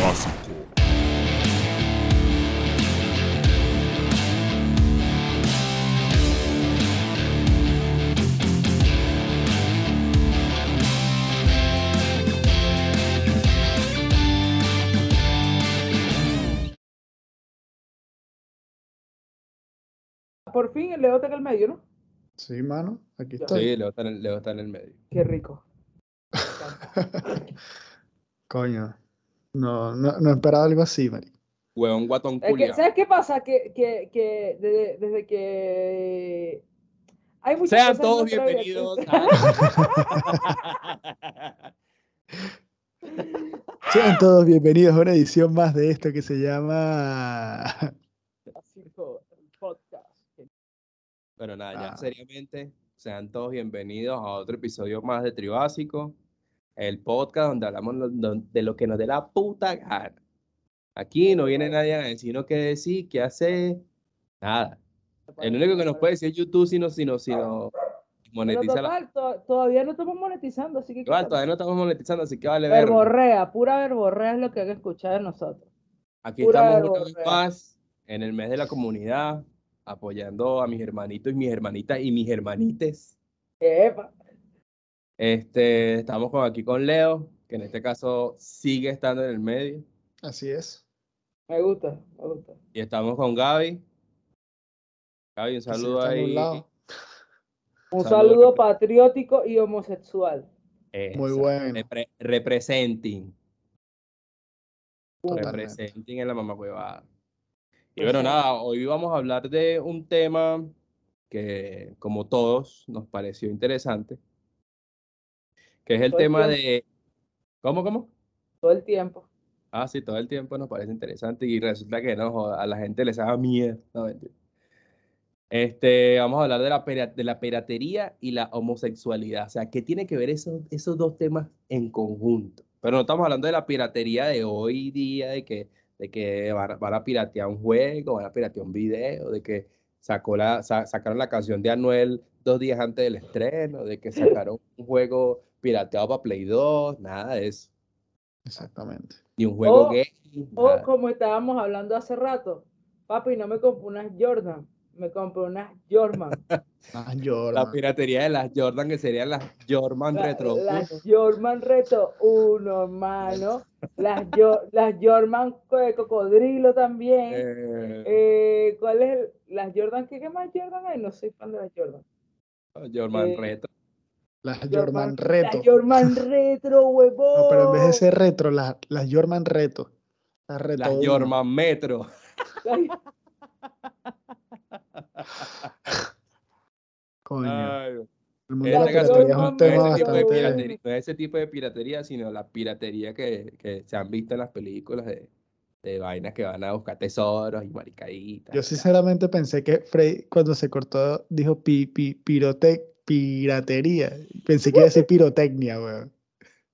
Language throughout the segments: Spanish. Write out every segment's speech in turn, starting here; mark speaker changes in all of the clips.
Speaker 1: clásico.
Speaker 2: Por fin el leote en el medio, ¿no?
Speaker 3: Sí, mano, aquí
Speaker 2: Ya.
Speaker 3: está.
Speaker 4: Sí, le va a estar en- le va a estar en el medio.
Speaker 2: Qué rico.
Speaker 3: Coño. No, no, no esperaba algo así, Mari.
Speaker 4: Huevón guatón
Speaker 2: Es que,
Speaker 4: culiao.
Speaker 2: ¿Sabes qué pasa? Que, que, que de- desde que hay muchas cosas
Speaker 4: Sean
Speaker 2: en
Speaker 4: todos
Speaker 2: nuestra vida que-
Speaker 4: bienvenidos. a-
Speaker 3: Sean todos bienvenidos a una edición más de esto que se llama.
Speaker 2: Clásico, este el podcast.
Speaker 4: Bueno, nada, ya
Speaker 3: Ah.
Speaker 4: seriamente, sean todos bienvenidos a otro episodio más de Tribásico, el podcast donde hablamos lo- don- de lo que nos dé la puta gana. Aquí no
Speaker 2: pues.
Speaker 4: viene nadie a decirnos qué decir, qué hacer, nada. El único que nos puede decir es YouTube si nos, si nos, si nos
Speaker 2: Ah. Pero
Speaker 4: monetiza la...
Speaker 2: total, to- todavía no estamos monetizando, así que.
Speaker 4: Igual, todavía no estamos monetizando, así que vale ver.
Speaker 2: Verborrea, pura verborrea es lo que hay que escuchar de nosotros.
Speaker 4: Aquí
Speaker 2: pura
Speaker 4: estamos una vez
Speaker 2: verborrea.
Speaker 4: más en el mes de la comunidad, apoyando a mis hermanitos y mis hermanitas y mis hermanites.
Speaker 2: Epa,
Speaker 4: Este, estamos con, aquí con Leo, que en este caso sigue estando en el medio.
Speaker 3: Así es.
Speaker 2: me gusta, me gusta.
Speaker 4: Y estamos con Gaby. Gaby,
Speaker 3: que
Speaker 4: un
Speaker 3: sí
Speaker 4: saludo
Speaker 3: está
Speaker 4: ahí.
Speaker 3: nublado.
Speaker 2: Un
Speaker 4: Saludo,
Speaker 2: saludo
Speaker 4: Gabriel.
Speaker 2: patriótico y homosexual.
Speaker 3: Muy
Speaker 4: Esa,
Speaker 3: bueno.
Speaker 4: repre- representing.
Speaker 3: Totalmente.
Speaker 4: Representing en la mamá huevada. Y bueno, nada, hoy vamos a hablar de un tema que, como todos, nos pareció interesante. Que es el
Speaker 2: Todo el
Speaker 4: tema de. ¿Cómo, cómo?
Speaker 2: Todo el tiempo.
Speaker 4: Ah, sí, todo el tiempo nos parece interesante y resulta que no, joda, a la gente les da miedo. No, mentira. Este, vamos a hablar de la, pira- de la piratería y la homosexualidad. O sea, ¿qué tiene que ver esos, esos dos temas en conjunto? Pero no estamos hablando de la piratería de hoy día, de que, de que van, a- van a piratear un juego, van a piratear un video, de que sacó la, sa- sacaron la canción de Anuel dos días antes del estreno, de que sacaron un juego pirateado para Play 2, nada de eso.
Speaker 3: Exactamente.
Speaker 4: Ni un juego
Speaker 2: O-
Speaker 4: gay.
Speaker 2: O
Speaker 4: nada.
Speaker 2: como estábamos hablando hace rato, papi, no me compré unas Jordan, me compré unas Jordan.
Speaker 3: Ah,
Speaker 4: La
Speaker 3: Jordan.
Speaker 4: piratería de las Jordan, que serían las Jordan
Speaker 2: La-
Speaker 4: Retro.
Speaker 2: Las Jordan Reto 1, hermano. Las, Yo- las Jordan co- de Cocodrilo también.
Speaker 4: Eh,
Speaker 2: Eh, ¿Cuál es? el- Las Jordan, ¿qué, qué más Jordan hay? No soy fan de las Jordan.
Speaker 4: Jordan
Speaker 2: eh,
Speaker 4: Retro.
Speaker 3: Las Jordan Reto.
Speaker 2: Las Jordan Retro, huevón.
Speaker 3: No, pero en vez de ser retro, las, las Jordan Reto. Las Reto.
Speaker 4: Las
Speaker 3: uno.
Speaker 4: Jordan Metro.
Speaker 2: Las-
Speaker 3: Coño.
Speaker 4: Ay,
Speaker 3: el mundo de
Speaker 4: esta
Speaker 3: la
Speaker 2: Las
Speaker 4: canción
Speaker 3: piratería es
Speaker 4: no
Speaker 3: un
Speaker 2: Jordan
Speaker 4: este
Speaker 3: tema
Speaker 4: es ese tipo de
Speaker 2: Metro.
Speaker 3: bastante.
Speaker 4: piratería, no es ese tipo de piratería, sino la piratería que, que se han visto en las películas de, de vainas que van a buscar tesoros y maricaditas.
Speaker 3: Yo sinceramente pensé que Frey, cuando se cortó, dijo pi, pi- pirotec, piratería. Pensé que iba a decir pirotecnia, weón.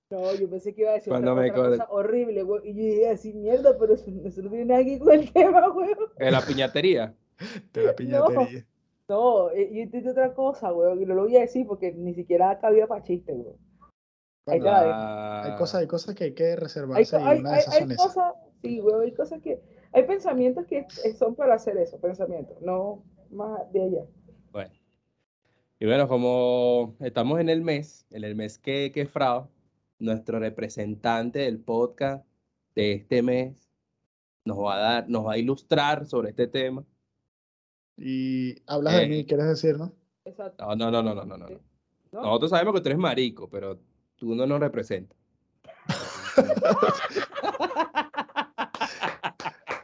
Speaker 2: No, yo pensé que iba a decir
Speaker 4: Cuando
Speaker 2: otra,
Speaker 4: me
Speaker 2: otra
Speaker 4: acordé.
Speaker 2: cosa horrible, huevón. Y yo dije así, mierda, pero eso, eso no tiene nada que ver con el tema, huevón.
Speaker 4: Eh, la piñatería.
Speaker 3: De la piratería.
Speaker 2: No, eh, yo intenté otra cosa, huevón, y no lo voy a decir porque ni siquiera cabía para chiste, huevón. Ahí te la dejo.
Speaker 3: Hay
Speaker 4: Ah,
Speaker 3: cosas, hay cosas que hay que
Speaker 2: hay,
Speaker 3: reservarse
Speaker 2: co-
Speaker 3: y
Speaker 2: hay-
Speaker 3: una de
Speaker 2: hay-
Speaker 3: esas
Speaker 2: hay
Speaker 3: son esas.
Speaker 2: cosas, sí, huevo, hay cosas que, hay pensamientos que eh, son para hacer eso, pensamientos, no más de allá.
Speaker 4: Bueno. Y bueno, como estamos en el mes, en el mes que, que Frao, nuestro representante del podcast de este mes, nos va a dar, nos va a ilustrar sobre este tema.
Speaker 3: Y hablas de
Speaker 4: Eh.
Speaker 3: mí, quieres decir, ¿no?
Speaker 2: Exacto.
Speaker 4: No, no, no, no, no, no, no.
Speaker 2: Sí. ¿no?
Speaker 4: Nosotros sabemos que tú eres marico, pero tú no nos representas.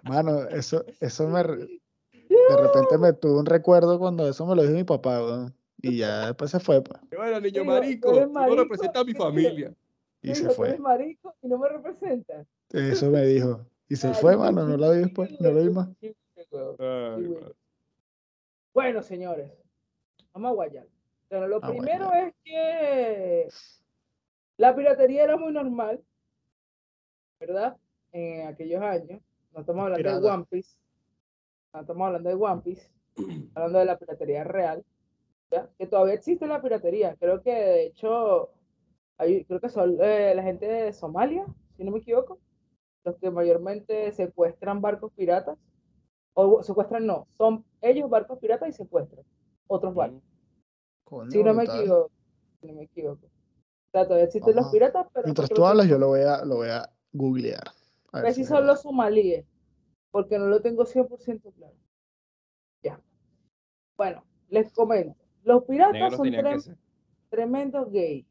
Speaker 3: Mano, eso, eso me. re- De repente me tuvo un recuerdo cuando eso me lo dijo mi papá, weón. Y ya después se fue, pues.
Speaker 4: Y bueno, niño
Speaker 2: Digo,
Speaker 4: marico,
Speaker 2: tú eres
Speaker 4: tú
Speaker 2: marico,
Speaker 4: no representas a mi
Speaker 2: ¿qué quieres?
Speaker 4: familia.
Speaker 3: Y
Speaker 2: Yo
Speaker 3: se
Speaker 2: digo, "Tú
Speaker 3: fue.
Speaker 2: eres marico y no me representas.
Speaker 3: Eso me dijo. Y se
Speaker 2: Ay,
Speaker 3: fue,
Speaker 2: qué
Speaker 3: mano. No la vi
Speaker 2: chiste,
Speaker 3: después. No lo vi
Speaker 2: huevo,
Speaker 3: más.
Speaker 2: qué chiste, huevo.
Speaker 4: Ay,
Speaker 2: güey.
Speaker 4: bueno.
Speaker 2: Bueno, señores, vamos a guayar. Pero lo
Speaker 3: A
Speaker 2: primero es que la piratería era muy normal, ¿verdad? En aquellos años. No estamos hablando de
Speaker 3: Pirata.
Speaker 2: One Piece. No estamos hablando de One Piece. Hablando de la piratería real. ¿ya? Que todavía existe la piratería. Creo que, de hecho, hay- creo que son eh, la gente de Somalia, si no me equivoco. los que mayormente secuestran barcos piratas, o secuestran no, son ellos barcos piratas y secuestran otros barcos.
Speaker 3: Coño,
Speaker 2: Si no me
Speaker 3: Mm, brutal.
Speaker 2: equivoco, si no me equivoco. O sea, todavía existen los
Speaker 3: Ajá.
Speaker 2: piratas, pero
Speaker 3: Mientras
Speaker 2: creo
Speaker 3: tú
Speaker 2: que-
Speaker 3: hablas, yo lo voy a, lo voy a googlear. A ver
Speaker 2: Pues sí
Speaker 3: si es
Speaker 2: son
Speaker 3: verdad.
Speaker 2: los somalíes, porque no lo tengo 100% claro. Ya. Bueno, les comento. Los piratas
Speaker 4: Negros
Speaker 2: son
Speaker 4: tenían que
Speaker 2: trem-
Speaker 4: ser.
Speaker 2: tremendos gays.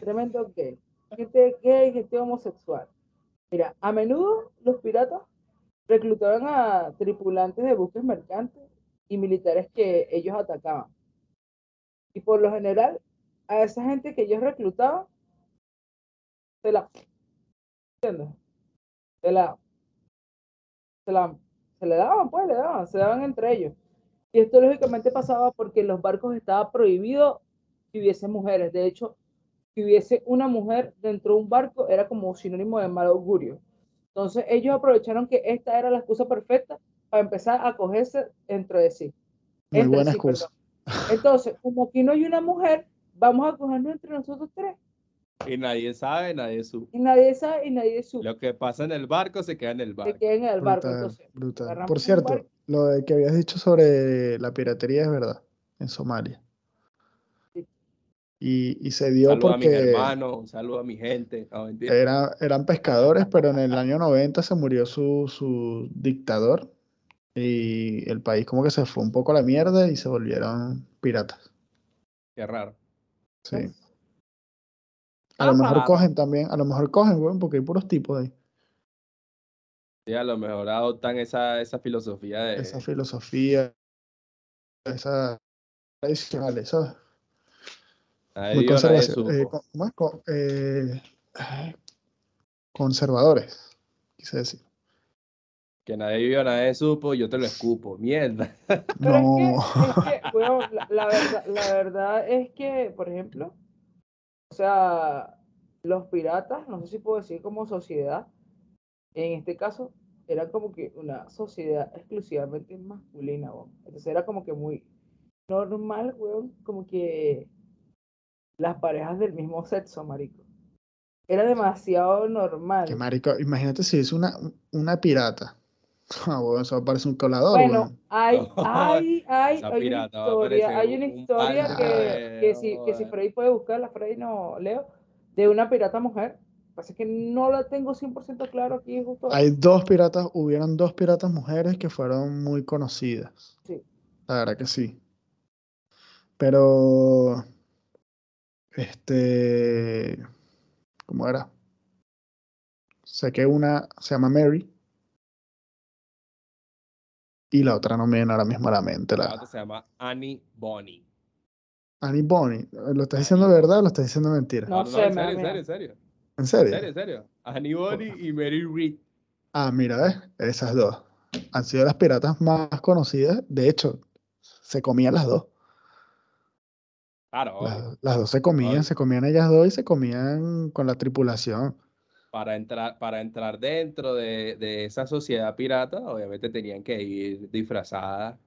Speaker 2: Tremendos gays. Gente gay, gente homosexual. Mira, a menudo los piratas reclutaban a tripulantes de buques mercantes y militares que ellos atacaban. Y por lo general, a esa gente que ellos reclutaban, se la... ¿Entiendes? Se la... Se la... Se le daban, pues, le daban, se daban entre ellos. Y esto lógicamente pasaba porque en los barcos estaba prohibido que hubiese mujeres. De hecho, que hubiese una mujer dentro de un barco era como sinónimo de mal augurio. Entonces ellos aprovecharon que esta era la excusa perfecta para empezar a cogerse dentro de sí.
Speaker 3: Muy
Speaker 2: Entre
Speaker 3: buena
Speaker 2: sí,
Speaker 3: excusa.
Speaker 2: perdón. Entonces, como aquí no hay una mujer, vamos a cogernos entre nosotros tres.
Speaker 4: Y nadie sabe, nadie supo.
Speaker 2: Y nadie sabe y nadie sube.
Speaker 4: Lo que pasa en el barco se queda en el
Speaker 2: Se
Speaker 4: barco.
Speaker 2: queden en el barco.
Speaker 3: Brutal,
Speaker 2: Entonces,
Speaker 3: brutal.
Speaker 2: agarramos
Speaker 3: Por
Speaker 2: un
Speaker 3: cierto,
Speaker 2: barco.
Speaker 3: lo de que habías dicho sobre la piratería es verdad, en Somalia.
Speaker 2: Sí.
Speaker 3: Y, y se dio
Speaker 4: Saludo a mis
Speaker 3: porque
Speaker 4: hermanos, un saludo a mi gente. No, mentira.
Speaker 3: era- eran pescadores, pero en el año 90 se murió su, su dictador y el país como que se fue un poco a la mierda y se volvieron piratas.
Speaker 4: Qué raro.
Speaker 3: Sí.
Speaker 2: Pues,
Speaker 3: A lo
Speaker 2: ah,
Speaker 3: mejor
Speaker 4: raro.
Speaker 3: cogen también, a lo mejor cogen, weón, porque hay puros tipos ahí.
Speaker 4: Sí, a lo mejor adoptan esa, esa filosofía
Speaker 2: Eh,
Speaker 4: de.
Speaker 3: Esa filosofía, esas tradicionales, ¿sabes?
Speaker 4: nadie
Speaker 3: Muy
Speaker 4: vio, nadie
Speaker 3: conservaci-
Speaker 4: supo.
Speaker 3: eh, con- ¿cómo es? Con- eh, ay, conservadores, quise decir.
Speaker 4: Que nadie vio, nadie supo, yo te lo escupo. Mierda.
Speaker 2: Pero es que-
Speaker 3: No,
Speaker 2: es que, weón, la, la verdad, la verdad es que, por ejemplo, o sea, los piratas, no sé si puedo decir como sociedad, en este caso, era como que una sociedad exclusivamente masculina, weón. Entonces era como que muy normal, weón, como que las parejas del mismo sexo, marico. Era demasiado normal.
Speaker 3: qué marico. Imagínate si es una, una pirata. Ah, weón, eso parece un colador,
Speaker 2: Bueno,
Speaker 3: weón.
Speaker 2: hay, hay, hay,
Speaker 4: Esa
Speaker 2: hay una
Speaker 4: pirata va a
Speaker 2: historia,
Speaker 4: aparecer
Speaker 2: hay una
Speaker 4: un
Speaker 2: historia
Speaker 3: pan
Speaker 2: que,
Speaker 4: de-
Speaker 2: que si, que si
Speaker 4: joder.
Speaker 2: Freddy puede buscarla, Freddy no leo, de una pirata mujer. Lo que Pasa es que no la tengo 100% claro aquí justo.
Speaker 3: Hay dos piratas, hubieron dos piratas mujeres que fueron muy conocidas.
Speaker 2: Sí.
Speaker 3: La verdad que sí. Pero, este, ¿cómo era? Sé que una se llama Mary y la otra no me viene ahora mismo a la mente.
Speaker 4: La
Speaker 3: La,
Speaker 4: otra se llama Annie Bonnie.
Speaker 3: Annie Bonnie. ¿Lo estás diciendo verdad o lo estás diciendo mentira?
Speaker 2: No sé,
Speaker 4: en serio,
Speaker 2: mami.
Speaker 4: en serio, en serio.
Speaker 3: ¿En
Speaker 4: En
Speaker 3: serio?
Speaker 4: serio, en serio. Annie Bonnie y Mary Reed.
Speaker 3: Ah, mira, ¿ves? Esas dos han sido las piratas más conocidas. De hecho, se comían las dos.
Speaker 4: Claro,
Speaker 3: Las, las dos se comían,
Speaker 4: Obvio.
Speaker 3: se comían ellas dos y se comían con la tripulación.
Speaker 4: para entrar, para entrar dentro de, de esa sociedad pirata, obviamente tenían que ir disfrazadas.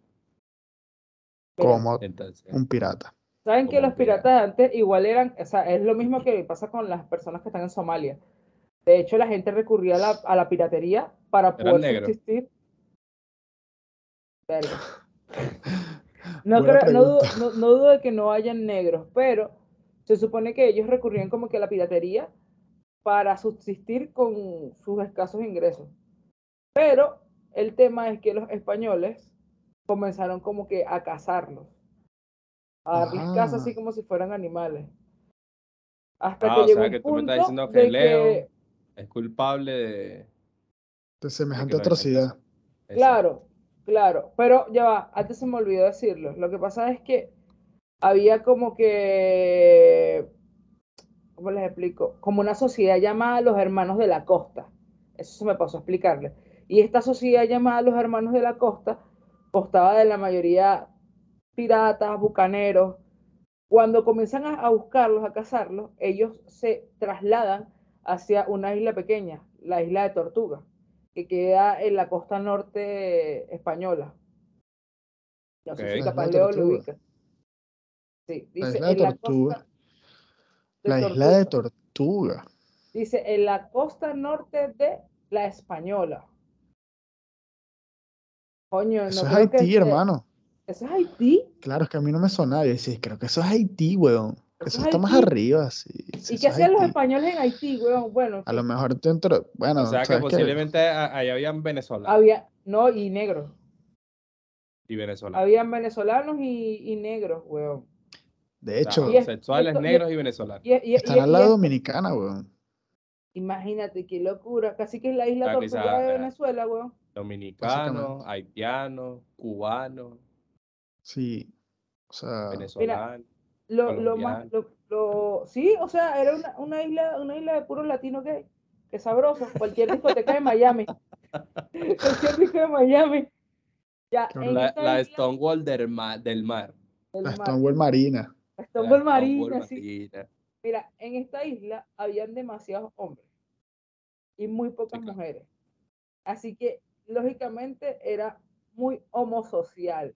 Speaker 2: Pero,
Speaker 3: Como
Speaker 4: Entonces,
Speaker 3: un pirata.
Speaker 2: Saben que
Speaker 4: como
Speaker 2: los piratas de antes igual eran, o sea, es lo mismo que pasa con las personas que están en Somalia. De hecho, la gente recurría a la, a la piratería para poder
Speaker 4: negros.
Speaker 2: subsistir. Verga. No,
Speaker 3: Buena
Speaker 2: creo- no, dudo, no- no dudo de que no hayan negros, pero se supone que ellos recurrían como que a la piratería para subsistir con sus escasos ingresos. Pero el tema es que los españoles comenzaron como que a cazarlos, a darles caza así
Speaker 3: Ajá.
Speaker 2: como si fueran animales. Hasta
Speaker 4: Ah,
Speaker 2: que
Speaker 4: o
Speaker 2: llegó
Speaker 4: sea,
Speaker 2: un
Speaker 4: que tú me
Speaker 2: punto
Speaker 4: estás diciendo que
Speaker 2: de
Speaker 4: Leo- es culpable de.
Speaker 3: De
Speaker 4: de que
Speaker 3: semejante
Speaker 4: lo hayan
Speaker 3: atrocidad.
Speaker 4: cazado. Exacto.
Speaker 2: Claro, claro, pero ya va, antes se me olvidó decirlo. Lo que pasa es que había como que, ¿cómo les explico? Como una sociedad llamada los Hermanos de la Costa. Eso se me pasó a explicarle. Y esta sociedad llamada los Hermanos de la Costa constaba de la mayoría piratas, bucaneros. Cuando comienzan a, a buscarlos, a cazarlos, ellos se trasladan hacia una isla pequeña, la isla de Tortuga que queda en la costa norte española. No sé
Speaker 4: Ok.
Speaker 2: si
Speaker 3: La
Speaker 2: capaz
Speaker 3: isla de
Speaker 2: Leo lo
Speaker 3: Tortuga.
Speaker 2: ubica. Sí,
Speaker 3: La
Speaker 2: dice
Speaker 3: isla de
Speaker 2: en la
Speaker 3: Tortuga.
Speaker 2: costa de
Speaker 3: La isla de
Speaker 2: Tortuga.
Speaker 3: Tortuga.
Speaker 2: Dice en la costa norte de La española. Coño, no
Speaker 3: Eso es
Speaker 2: creo que
Speaker 3: Haití,
Speaker 2: sea-
Speaker 3: hermano.
Speaker 2: ¿Eso es Haití?
Speaker 3: Claro, es que a mí no me sonaba. Yo decía, creo que eso es Haití, weón.
Speaker 2: ¿Eso es
Speaker 3: Eso está más
Speaker 2: Haití?
Speaker 3: arriba, sí. sí,
Speaker 2: ¿Y
Speaker 3: eso
Speaker 2: qué
Speaker 3: es
Speaker 2: hacían los
Speaker 3: Haití.
Speaker 2: españoles en Haití, weón? Bueno,
Speaker 3: A lo mejor dentro. Bueno,
Speaker 4: o sea que
Speaker 3: sabes que-
Speaker 4: posiblemente a- ahí habían venezolanos
Speaker 2: había, no, y negros.
Speaker 4: y venezolanos.
Speaker 2: Habían venezolanos y, y negros, weón.
Speaker 3: de
Speaker 4: O sea,
Speaker 3: hecho,
Speaker 2: Y es-
Speaker 4: homosexuales,
Speaker 2: y esto- y-
Speaker 4: negros y venezolanos.
Speaker 2: Y, y-
Speaker 3: están
Speaker 2: y-
Speaker 3: al
Speaker 2: y
Speaker 3: lado
Speaker 2: es-
Speaker 3: dominicana, weón.
Speaker 2: imagínate qué locura. Casi que es la isla
Speaker 4: O sea, quizá,
Speaker 2: tortuga de
Speaker 4: eh,
Speaker 2: Venezuela, weón.
Speaker 4: Dominicanos, haitianos, cubanos,
Speaker 3: Sí. O sea,
Speaker 4: venezolanos.
Speaker 2: Lo, lo más, lo, lo- sí, o sea, era una, una isla, una isla de puros latinos gay. Qué sabroso. Cualquier discoteca de Miami. Cualquier disco de Miami. Ya,
Speaker 3: Qué
Speaker 2: en
Speaker 3: horror.
Speaker 4: La,
Speaker 2: esta
Speaker 4: la
Speaker 2: isla
Speaker 4: Stonewall del mar. Del mar.
Speaker 2: del
Speaker 3: la
Speaker 2: mar,
Speaker 3: Stonewall Marina.
Speaker 2: la
Speaker 4: La
Speaker 2: Stonewall Marina,
Speaker 4: Stonewall
Speaker 2: sí.
Speaker 4: Marina.
Speaker 2: Mira, en esta isla habían demasiados hombres y muy pocas
Speaker 4: claro.
Speaker 2: mujeres. Así que, lógicamente, era muy homosocial.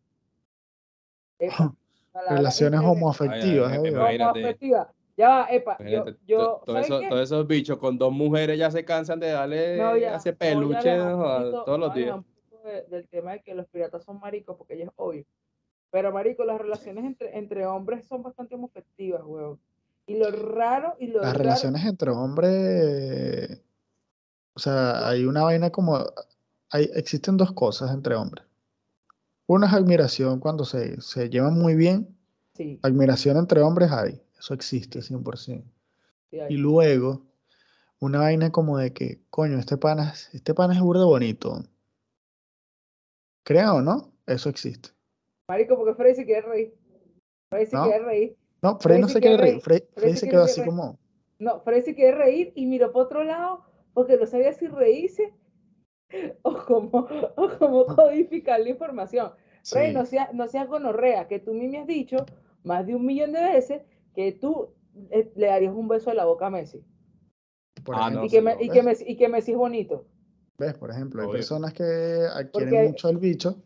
Speaker 2: Epa, palabra
Speaker 3: Ah, Relaciones
Speaker 2: entre-
Speaker 3: homoafectivas,
Speaker 4: Ay, ay,
Speaker 3: eh,
Speaker 4: ay,
Speaker 3: weón.
Speaker 4: Imagínate.
Speaker 2: homoafectiva. Ya va, epa, yo,
Speaker 4: Imagínate, to-
Speaker 2: yo,
Speaker 4: todo
Speaker 2: ¿sabes
Speaker 4: eso-
Speaker 2: qué?
Speaker 4: todos esos bichos con dos mujeres ya se cansan de darle
Speaker 2: Me voy a-
Speaker 4: ese
Speaker 2: me voy a
Speaker 4: peluche
Speaker 2: alejar un
Speaker 4: ¿no? a-
Speaker 2: poquito-
Speaker 4: todos
Speaker 2: me
Speaker 4: los
Speaker 2: voy a alejar
Speaker 4: días.
Speaker 2: un poquito de- del tema de que los piratas son maricos, porque ellos es obvio. Pero, marico, las relaciones entre, entre hombres son bastante homoafectivas, weón. Y lo raro, y lo
Speaker 3: Las
Speaker 2: raro-
Speaker 3: relaciones entre hombres. O sea, hay una vaina como. Hay, existen dos cosas entre hombres. Una es admiración cuando se, se llevan muy bien.
Speaker 2: Sí,
Speaker 3: Admiración entre hombres hay. Eso existe 100%.
Speaker 2: sí hay.
Speaker 3: Y luego, una vaina como de que, coño, este pana, es- este pana es burda bonito. Crea o no, eso existe.
Speaker 2: Marico, porque Freddy se quiere reír. Freddy se
Speaker 3: No.
Speaker 2: quiere reír.
Speaker 3: No, Frey no
Speaker 2: se
Speaker 3: se
Speaker 2: quiere
Speaker 3: quiere reír. Frey,
Speaker 2: Frey
Speaker 3: Frey
Speaker 2: se
Speaker 3: se
Speaker 2: quiere
Speaker 3: quedó así
Speaker 2: reír.
Speaker 3: como,
Speaker 2: No, Freddy se quiere reír y miró para otro lado porque no sabía si reírse o cómo, o cómo codificar la información. Freddy,
Speaker 3: Ah. sí,
Speaker 2: no seas, no seas gonorrea, que tú a mí me has dicho más de un millón de veces que tú eh, le darías un beso en la boca a Messi.
Speaker 3: por
Speaker 4: Ah,
Speaker 3: ejemplo,
Speaker 4: no,
Speaker 2: y, que
Speaker 4: sí,
Speaker 2: me-
Speaker 4: no,
Speaker 2: y,
Speaker 3: ¿ves?
Speaker 2: que Messi, y que Messi es bonito.
Speaker 3: ¿Ves? Por ejemplo, hay
Speaker 4: Obvio.
Speaker 3: personas que adquieren
Speaker 2: Porque-
Speaker 3: mucho el bicho.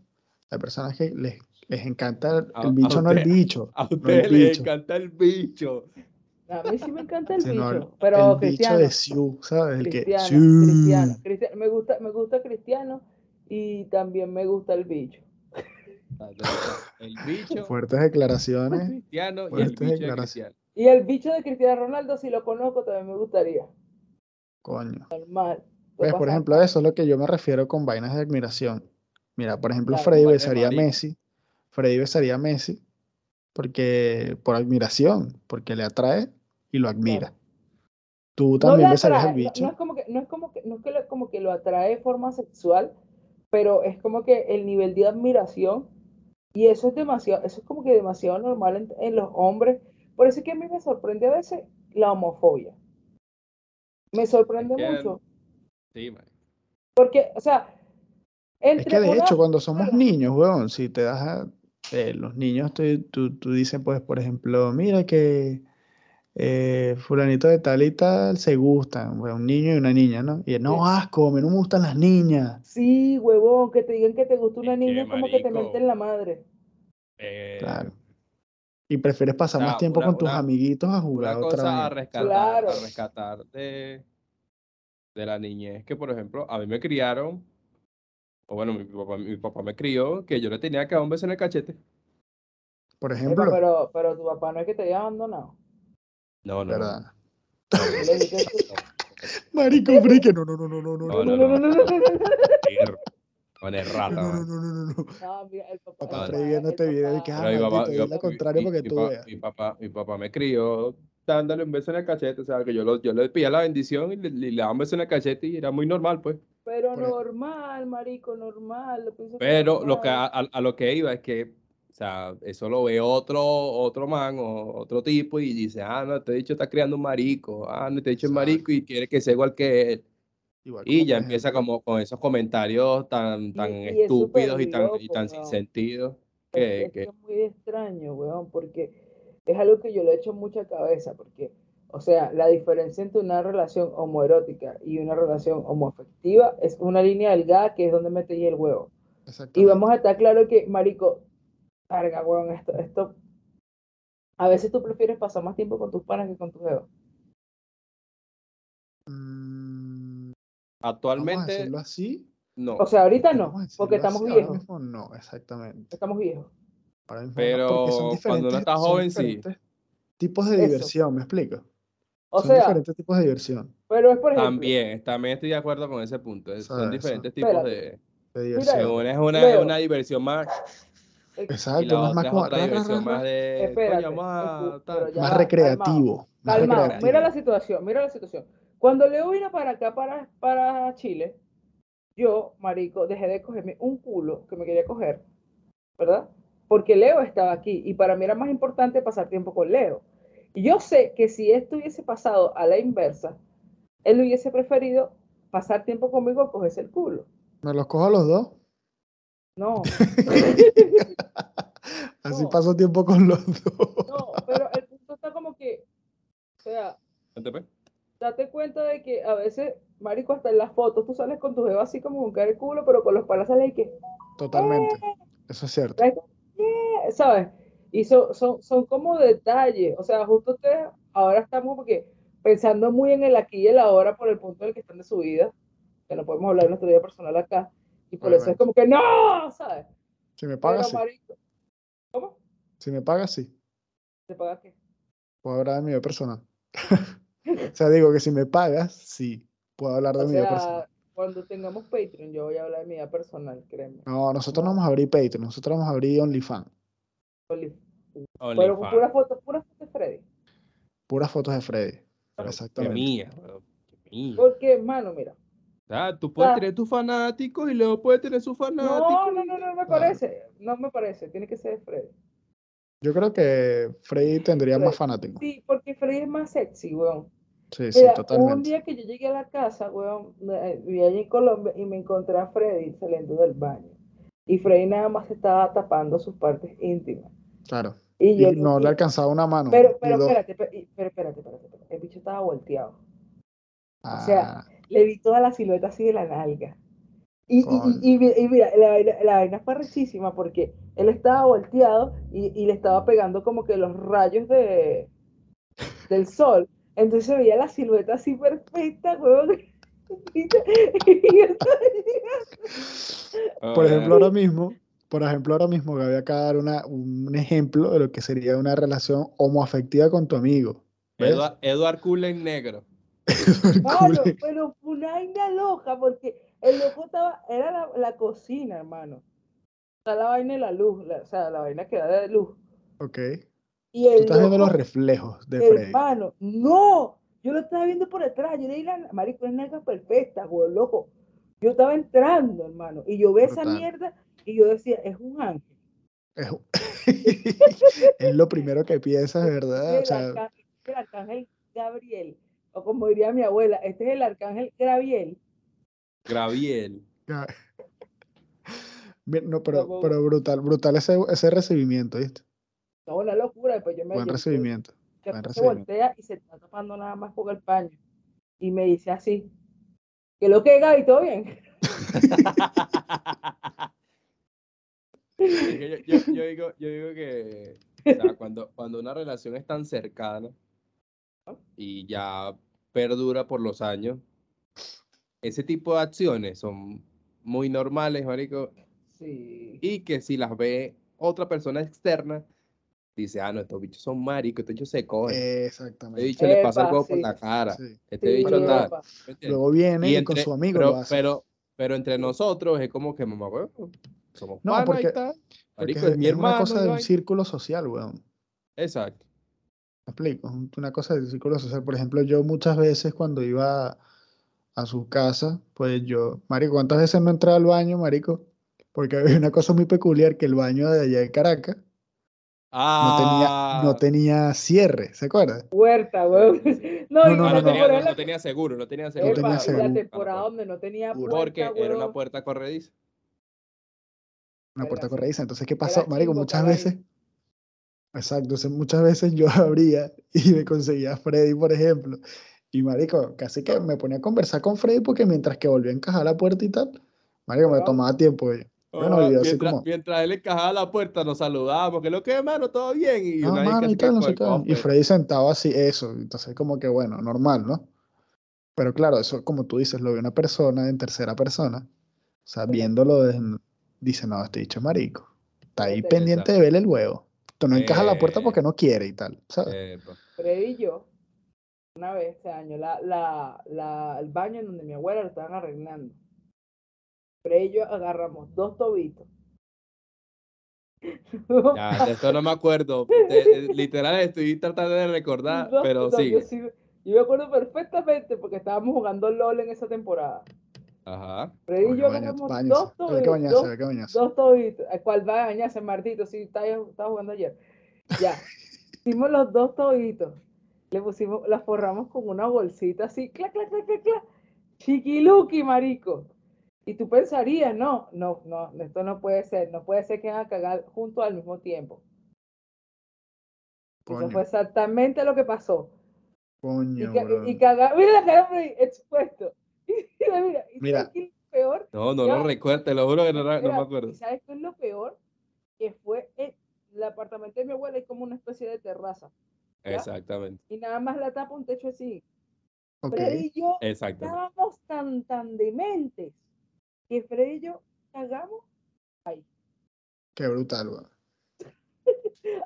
Speaker 3: Hay personas que les, les encanta el,
Speaker 4: A-
Speaker 3: el
Speaker 4: a
Speaker 3: bicho, no el
Speaker 4: usted-
Speaker 3: bicho.
Speaker 4: A ustedes les
Speaker 3: bicho.
Speaker 4: encanta el bicho.
Speaker 2: A mí sí me encanta el
Speaker 3: sino el-
Speaker 2: bicho, pero
Speaker 3: el bicho
Speaker 2: Cristiano.
Speaker 3: de Siu, ¿sabes? El que,
Speaker 2: Cristiano,
Speaker 3: "Siu".
Speaker 2: Cristiano, Cristiano. Me gusta, me gusta Cristiano y también me gusta el bicho.
Speaker 4: El bicho
Speaker 3: Fuertes declaraciones.
Speaker 4: cristiano y el
Speaker 3: fuertes
Speaker 4: bicho de
Speaker 3: declaraciones.
Speaker 4: cristiano.
Speaker 2: Y el bicho de Cristiano Ronaldo, si lo conozco, también me gustaría.
Speaker 3: Coño.
Speaker 2: Normal. Lo
Speaker 3: ¿Ves? Pues, Por
Speaker 2: Pues pasa-
Speaker 3: ejemplo, eso es lo que yo me refiero con vainas de admiración. Mira, por ejemplo,
Speaker 2: Claro,
Speaker 3: Freddy
Speaker 4: vainas de
Speaker 3: besaría a
Speaker 4: marico.
Speaker 3: Messi. Freddy besaría a Messi porque, por admiración, porque le atrae y lo admira. Tú
Speaker 2: No le
Speaker 3: también besarías al
Speaker 2: atrae, no-
Speaker 3: bicho.
Speaker 2: No, es como que, no es como que, no es que lo, como que lo atrae de forma sexual, pero es como que el nivel de admiración, y eso es demasiado, eso es como que demasiado normal en, en los hombres. Por eso es que a mí me sorprende a veces la homofobia. Me sorprende
Speaker 4: que-
Speaker 2: mucho.
Speaker 4: Sí, man.
Speaker 2: Porque, o sea,
Speaker 3: Es
Speaker 2: entre
Speaker 3: que de
Speaker 2: una-
Speaker 3: hecho, cuando somos
Speaker 2: Claro.
Speaker 3: niños, weón, si te das a. eh, los niños, tú, tú, tú dices, pues, por ejemplo, mira que eh, fulanito de tal y tal se gustan, weón, un niño y una niña, ¿no? Y no, asco, a mí no me gustan las niñas.
Speaker 2: Sí, huevón, que te digan que te gusta una
Speaker 4: Es
Speaker 2: niña
Speaker 4: que,
Speaker 2: es como que te
Speaker 4: marico.
Speaker 2: meten la madre.
Speaker 4: Eh,
Speaker 3: Claro. Y prefieres pasar más
Speaker 4: sea,
Speaker 3: tiempo
Speaker 4: una-
Speaker 3: con tus
Speaker 4: una-
Speaker 3: amiguitos a
Speaker 4: una
Speaker 3: jugar otra
Speaker 4: cosa a
Speaker 3: vaina.
Speaker 4: rescatar,
Speaker 2: Claro.
Speaker 4: a rescatar de, de la niñez, que por ejemplo, a mí me criaron, o bueno, mi papá, mi papá me crió, que yo le tenía que dar un beso en el cachete.
Speaker 3: Por
Speaker 2: Epa,
Speaker 3: ejemplo,
Speaker 2: pero, pero tu papá no es que te haya abandonado.
Speaker 4: No, no, no.
Speaker 3: ¿verdad?
Speaker 2: Tú le dijiste tú.
Speaker 3: Marico, frique, no, no, no, no, no, no,
Speaker 4: No,
Speaker 2: No,
Speaker 3: no,
Speaker 4: no,
Speaker 2: no, no, no, no, no.
Speaker 4: Con el
Speaker 3: no,
Speaker 4: rata,
Speaker 3: no,
Speaker 4: man.
Speaker 3: no, no, no, no.
Speaker 2: No, mira, el papá.
Speaker 3: Ah, Papá
Speaker 2: el
Speaker 4: Vale.
Speaker 3: Freddy
Speaker 2: papá-
Speaker 3: viendo
Speaker 2: el
Speaker 3: este video y que,
Speaker 2: papá-
Speaker 3: ah, maldito, di la contraria
Speaker 4: mi-
Speaker 3: para que
Speaker 4: mi
Speaker 3: tú
Speaker 4: pa-
Speaker 3: veas.
Speaker 4: mi papá, mi papá me crió dándole un beso en el cachete, o sea, que yo, lo- yo le pedía la bendición y le, le daba un beso en el cachete y era muy normal, pues.
Speaker 2: Pero
Speaker 3: Por-
Speaker 2: normal, marico, normal. lo pienso que
Speaker 4: Pero lo que a,
Speaker 2: normal.
Speaker 4: a- a lo que iba es que, o sea, eso lo ve otro, otro man o otro tipo y dice, ah, no, te he dicho, está criando un marico, ah, no, te he dicho es
Speaker 3: Exacto.
Speaker 4: marico y quiere que sea igual que él.
Speaker 3: Igual
Speaker 4: Y
Speaker 3: como,
Speaker 4: ya
Speaker 3: por
Speaker 4: empieza
Speaker 3: ejemplo,
Speaker 4: como con esos comentarios tan, tan
Speaker 2: y es
Speaker 4: estúpidos y tan, y
Speaker 2: superloco,
Speaker 4: tan
Speaker 2: weón.
Speaker 4: sin sentido.
Speaker 2: Es,
Speaker 4: eh, Que,
Speaker 2: es
Speaker 4: que-
Speaker 2: que es muy extraño, weón, porque es algo que yo le echo mucha cabeza, porque, o sea, la diferencia entre una relación homoerótica y una relación homoafectiva es una línea delgada que es donde metí el huevo. Y
Speaker 3: exactamente.
Speaker 2: vamos a estar claro que, marico, carga, weón, esto, esto. A veces tú prefieres pasar más tiempo con tus panas que con tus dedos.
Speaker 3: Mm, Vamos a
Speaker 4: Actualmente,
Speaker 3: decirlo así.
Speaker 4: no.
Speaker 2: O sea, ahorita no,
Speaker 3: Vamos a decirlo
Speaker 2: porque estamos
Speaker 3: así,
Speaker 2: viejos.
Speaker 3: Ahora mismo no, exactamente.
Speaker 2: Estamos viejos.
Speaker 3: Ahora mismo no,
Speaker 4: Pero
Speaker 3: porque son
Speaker 4: cuando uno
Speaker 3: diferentes-
Speaker 4: está
Speaker 3: son
Speaker 4: joven, sí.
Speaker 3: diferentes Tipos de
Speaker 2: Eso.
Speaker 3: diversión, ¿me explico?
Speaker 2: O
Speaker 3: son
Speaker 2: sea,
Speaker 3: diferentes tipos de diversión.
Speaker 2: pero es por ejemplo.
Speaker 4: También, también estoy de acuerdo con ese punto. es- Son
Speaker 3: Exacto.
Speaker 4: diferentes tipos de.
Speaker 2: Mira,
Speaker 3: De diversión.
Speaker 4: Una es una,
Speaker 2: Leo.
Speaker 4: una diversión más y
Speaker 3: Exacto,
Speaker 4: la
Speaker 3: no es
Speaker 4: otra
Speaker 3: más
Speaker 4: es
Speaker 3: como ra,
Speaker 4: otra
Speaker 3: ra,
Speaker 4: diversión
Speaker 3: ra,
Speaker 4: más
Speaker 3: ra,
Speaker 4: de.
Speaker 2: Espérate,
Speaker 4: coño, vamos a
Speaker 2: escu- pero
Speaker 4: tal.
Speaker 2: ya
Speaker 3: más
Speaker 2: va,
Speaker 3: recreativo. más
Speaker 2: Calmado,
Speaker 3: recreativo.
Speaker 2: mira la situación, mira la situación. Cuando Leo vino para acá, para, para Chile, yo, marico, dejé de cogerme un culo que me quería coger, ¿verdad? Porque Leo estaba aquí y para mí era más importante pasar tiempo con Leo. Y yo sé que si esto hubiese pasado a la inversa, él hubiese preferido pasar tiempo conmigo a cogerse el culo.
Speaker 3: Me los cojo a los dos.
Speaker 2: No,
Speaker 3: Así
Speaker 2: No.
Speaker 3: paso tiempo con los dos.
Speaker 2: no, pero el punto está como que, o sea,
Speaker 4: ¿Te pe-
Speaker 2: date cuenta de que a veces, marico, hasta en las fotos tú sales con tu jeva así como con cara de culo, pero con los palas sales y que, eh,
Speaker 3: Totalmente. Eso es cierto.
Speaker 2: ¿sabes? Yeah, ¿sabes? Y son, son, son como detalles, o sea, justo ustedes ahora estamos porque pensando muy en el aquí y el ahora por el punto en el que están de su vida, que no podemos hablar de nuestra vida personal acá, y por eso es
Speaker 3: Obviamente.
Speaker 2: como que no, ¿sabes?
Speaker 3: Si me
Speaker 2: Pero,
Speaker 3: pagas, sí.
Speaker 2: marico, ¿cómo?
Speaker 3: Si me pagas, sí.
Speaker 2: ¿Te pagas qué?
Speaker 3: Puedo hablar de mi vida personal. o sea, digo que si me pagas, sí. Puedo hablar de
Speaker 2: O
Speaker 3: mi vida personal.
Speaker 2: sea, cuando tengamos Patreon, yo voy a hablar de mi vida personal, créeme.
Speaker 3: No, nosotros
Speaker 2: no.
Speaker 3: no vamos a abrir Patreon. Nosotros vamos a abrir OnlyFans.
Speaker 2: Oli- Pero con
Speaker 4: OnlyFans.
Speaker 2: puras fotos, puras fotos de Freddy.
Speaker 3: Puras fotos de Freddy.
Speaker 4: Pero, Qué
Speaker 3: Exactamente.
Speaker 4: mía, bro, qué mía.
Speaker 2: Porque, hermano, mira.
Speaker 4: Ah, tú puedes
Speaker 2: Ah.
Speaker 4: tener tus fanáticos y luego puedes tener sus fanáticos.
Speaker 2: No, no, no, no me
Speaker 3: claro.
Speaker 2: parece. No me parece. Tiene que ser Freddy.
Speaker 3: Yo creo que Freddy tendría más
Speaker 2: Freddy.
Speaker 3: fanáticos.
Speaker 2: Sí, porque Freddy es más sexy, weón.
Speaker 3: Sí, sí,
Speaker 2: Mira, un
Speaker 3: totalmente.
Speaker 2: día que yo llegué a la casa, weón, eh, viví allí en Colombia y me encontré a Freddy saliendo del baño. Y Freddy nada más estaba tapando sus partes íntimas.
Speaker 3: Claro.
Speaker 2: Y
Speaker 3: Y
Speaker 2: yo
Speaker 3: no
Speaker 2: vi.
Speaker 3: le alcanzaba una mano.
Speaker 2: Pero,
Speaker 3: y
Speaker 2: pero
Speaker 3: dos.
Speaker 2: espérate, pe- y- pero espérate, espérate, espérate. El bicho estaba volteado. o sea,
Speaker 3: ah.
Speaker 2: Le vi toda la silueta así de la nalga. Y, y- y- y mi- y mira, la vaina, la vaina fue rechísima porque él estaba volteado y, y le estaba pegando como que los rayos de, del sol. Entonces se veía la silueta así perfecta, huevón. Y yo- y yo-
Speaker 3: Por ejemplo, ahora mismo, por ejemplo, ahora mismo, Gaby acaba de dar una, un ejemplo de lo que sería una relación homoafectiva con tu amigo. ¿Ves?
Speaker 4: Eduard, Eduard Cullen Negro.
Speaker 2: Mano,
Speaker 3: Culé.
Speaker 2: pero fue una vaina loca porque el loco estaba, era la, la cocina, hermano. Está la vaina de la luz, la- o sea, la vaina que da de luz.
Speaker 3: Ok.
Speaker 2: Y
Speaker 3: Tú
Speaker 2: el
Speaker 3: estás viendo los
Speaker 2: loco-
Speaker 3: reflejos de Freddy.
Speaker 2: Hermano, no, yo lo estaba viendo por detrás, yo le dije, "La- marico, es nalga perfecta, güey, loco. Yo estaba entrando, hermano, y yo ve esa
Speaker 3: Brutal.
Speaker 2: mierda y yo decía, es un ángel.
Speaker 3: Es, es lo primero que piensas, de ¿verdad? Ah, O
Speaker 2: El,
Speaker 3: sea,
Speaker 2: arcángel, el arcángel Gabriel, o como diría mi abuela, este es el arcángel Gabriel.
Speaker 4: Graviel.
Speaker 3: Gaby- Bien, no,
Speaker 2: Como-
Speaker 3: pero, pero brutal, brutal ese, ese recibimiento, ¿viste?
Speaker 2: No, una locura, después yo me
Speaker 3: Buen
Speaker 2: yo-
Speaker 3: recibimiento.
Speaker 2: yo-
Speaker 3: buen
Speaker 2: se
Speaker 3: recibimiento.
Speaker 2: voltea y se está tapando nada más con el paño. Y me dice así, que lo que Gaby, todo bien.
Speaker 4: Es que yo, yo- yo digo, yo digo que o sea, cuando, cuando una relación es tan cercana y ya perdura por los años, ese tipo de acciones son muy normales, marico,
Speaker 2: Sí.
Speaker 4: y que si las ve otra persona externa, dice, ah, no, estos bichos son maricos, estos bichos se cogen. Este
Speaker 3: Exactamente.
Speaker 4: bicho le pasa
Speaker 2: Epa,
Speaker 4: algo por
Speaker 2: sí.
Speaker 4: la cara.
Speaker 3: sí.
Speaker 4: Este
Speaker 2: Sí,
Speaker 4: bicho tal.
Speaker 2: epa.
Speaker 4: ¿me entiendes?
Speaker 3: Luego viene
Speaker 4: Y
Speaker 3: y,
Speaker 4: entre-
Speaker 3: con su amigo
Speaker 4: pero,
Speaker 3: lo hace.
Speaker 4: pero, pero entre nosotros es como que mamá, huevo, somos
Speaker 3: No,
Speaker 4: panas
Speaker 3: porque-
Speaker 4: y tal.
Speaker 3: Porque
Speaker 4: Marico, es, mi hermano.
Speaker 3: una cosa
Speaker 4: y
Speaker 3: de un
Speaker 4: vaina.
Speaker 3: círculo social, weón.
Speaker 4: Exacto.
Speaker 3: Me explico, es un- una cosa del círculo social. Por ejemplo, yo muchas veces cuando iba a su casa, pues yo, marico, ¿cuántas veces no entraba al baño, marico? Porque había una cosa muy peculiar que el baño de allá de Caracas no tenía,
Speaker 4: Ah,
Speaker 3: no tenía cierre, ¿se acuerda?
Speaker 2: Puerta, weón. No, y
Speaker 3: No,
Speaker 2: la
Speaker 4: ah, no, tenía,
Speaker 2: temporada
Speaker 4: no,
Speaker 2: en la
Speaker 4: no tenía seguro, no tenía seguro.
Speaker 3: No
Speaker 2: Epa,
Speaker 3: tenía
Speaker 2: y la
Speaker 3: seguro.
Speaker 2: temporada donde no tenía puerta,
Speaker 4: Porque era una
Speaker 2: weón.
Speaker 4: puerta corrediza.
Speaker 3: Una
Speaker 2: Verga,
Speaker 3: puerta
Speaker 2: sí.
Speaker 3: corrediza. Entonces, ¿qué pasó? Marico,
Speaker 2: chimbo
Speaker 3: muchas
Speaker 2: para ahí.
Speaker 3: veces. Exacto, entonces muchas veces yo abría y me conseguía a Freddy, por ejemplo. Y marico, casi que me ponía a conversar con Freddy porque mientras que volvía a encajar la puerta y tal, marico, me
Speaker 2: Weón.
Speaker 3: tomaba tiempo. y- Bueno,
Speaker 4: Ah,
Speaker 3: y así
Speaker 4: mientras,
Speaker 3: como-
Speaker 4: mientras él encajaba la puerta, nos saludábamos, que lo que hermano, todo bien. Y
Speaker 3: "Ah,
Speaker 4: una vez
Speaker 3: mano,
Speaker 4: casi
Speaker 3: y
Speaker 4: que
Speaker 3: tal, no
Speaker 4: con
Speaker 3: sé
Speaker 4: el
Speaker 3: qué". Y
Speaker 4: cofre.
Speaker 3: Freddy sentado así, eso. Entonces, como que bueno, normal, ¿no? Pero claro, eso como tú dices, lo ve una persona en tercera persona. O sea, viéndolo, desde- dice, no, este dicho es marico. Está ahí
Speaker 2: Exacto.
Speaker 3: pendiente de verle el huevo. Tú no encajas la puerta
Speaker 4: Eh.
Speaker 3: porque no quiere y tal. ¿sabes?
Speaker 4: Epa.
Speaker 2: Freddy y yo, una vez se dañó la, la, la, el baño en donde mi abuela lo estaban arreglando. Freddy y yo agarramos dos tobitos.
Speaker 4: Ya, de esto no me acuerdo. Te- eh, literal, estoy tratando de recordar,
Speaker 2: No,
Speaker 4: pero
Speaker 2: no, yo,
Speaker 4: sigue.
Speaker 2: sí- yo me acuerdo perfectamente porque estábamos jugando LOL en esa temporada.
Speaker 4: Ajá.
Speaker 2: Freddy
Speaker 3: Coño,
Speaker 2: y yo
Speaker 3: bañate,
Speaker 2: agarramos
Speaker 3: bañese,
Speaker 2: dos
Speaker 3: Hay que
Speaker 2: tobitos.
Speaker 3: bañarse,
Speaker 2: Dos,
Speaker 3: hay que bañarse.
Speaker 2: dos tobitos. ¿A ¿Cuál va a bañarse, Martito? Sí, estaba, estaba jugando ayer. Ya. Hicimos los dos tobitos. Le pusimos, las forramos con una bolsita así, clac, clac, clac, clac, clac. Chiquiluki, marico. Y tú pensarías, no, no, no, esto no puede ser, no puede ser que van a cagar juntos al mismo tiempo. Eso
Speaker 3: Coño.
Speaker 2: fue exactamente lo que pasó. Y,
Speaker 3: Coño,
Speaker 2: ca-
Speaker 3: bro.
Speaker 2: y cagar, mira la cara por ahí, expuesto. Y mira, mira, y
Speaker 3: Mira.
Speaker 2: ¿sabes qué es lo peor.
Speaker 4: No, no
Speaker 2: Ya.
Speaker 4: lo recuerdo, te lo juro que no, no
Speaker 2: Mira,
Speaker 4: me acuerdo.
Speaker 2: ¿Y sabes qué es lo peor? Que fue en el apartamento de mi abuela, es como una especie de terraza. ya.
Speaker 4: Exactamente,
Speaker 2: Y nada más la tapa un techo así.
Speaker 3: Ok.
Speaker 2: Freddy y yo
Speaker 4: exactamente.
Speaker 2: estábamos tan, tan dementes que Freddy y yo cagamos
Speaker 3: Qué brutal, bro.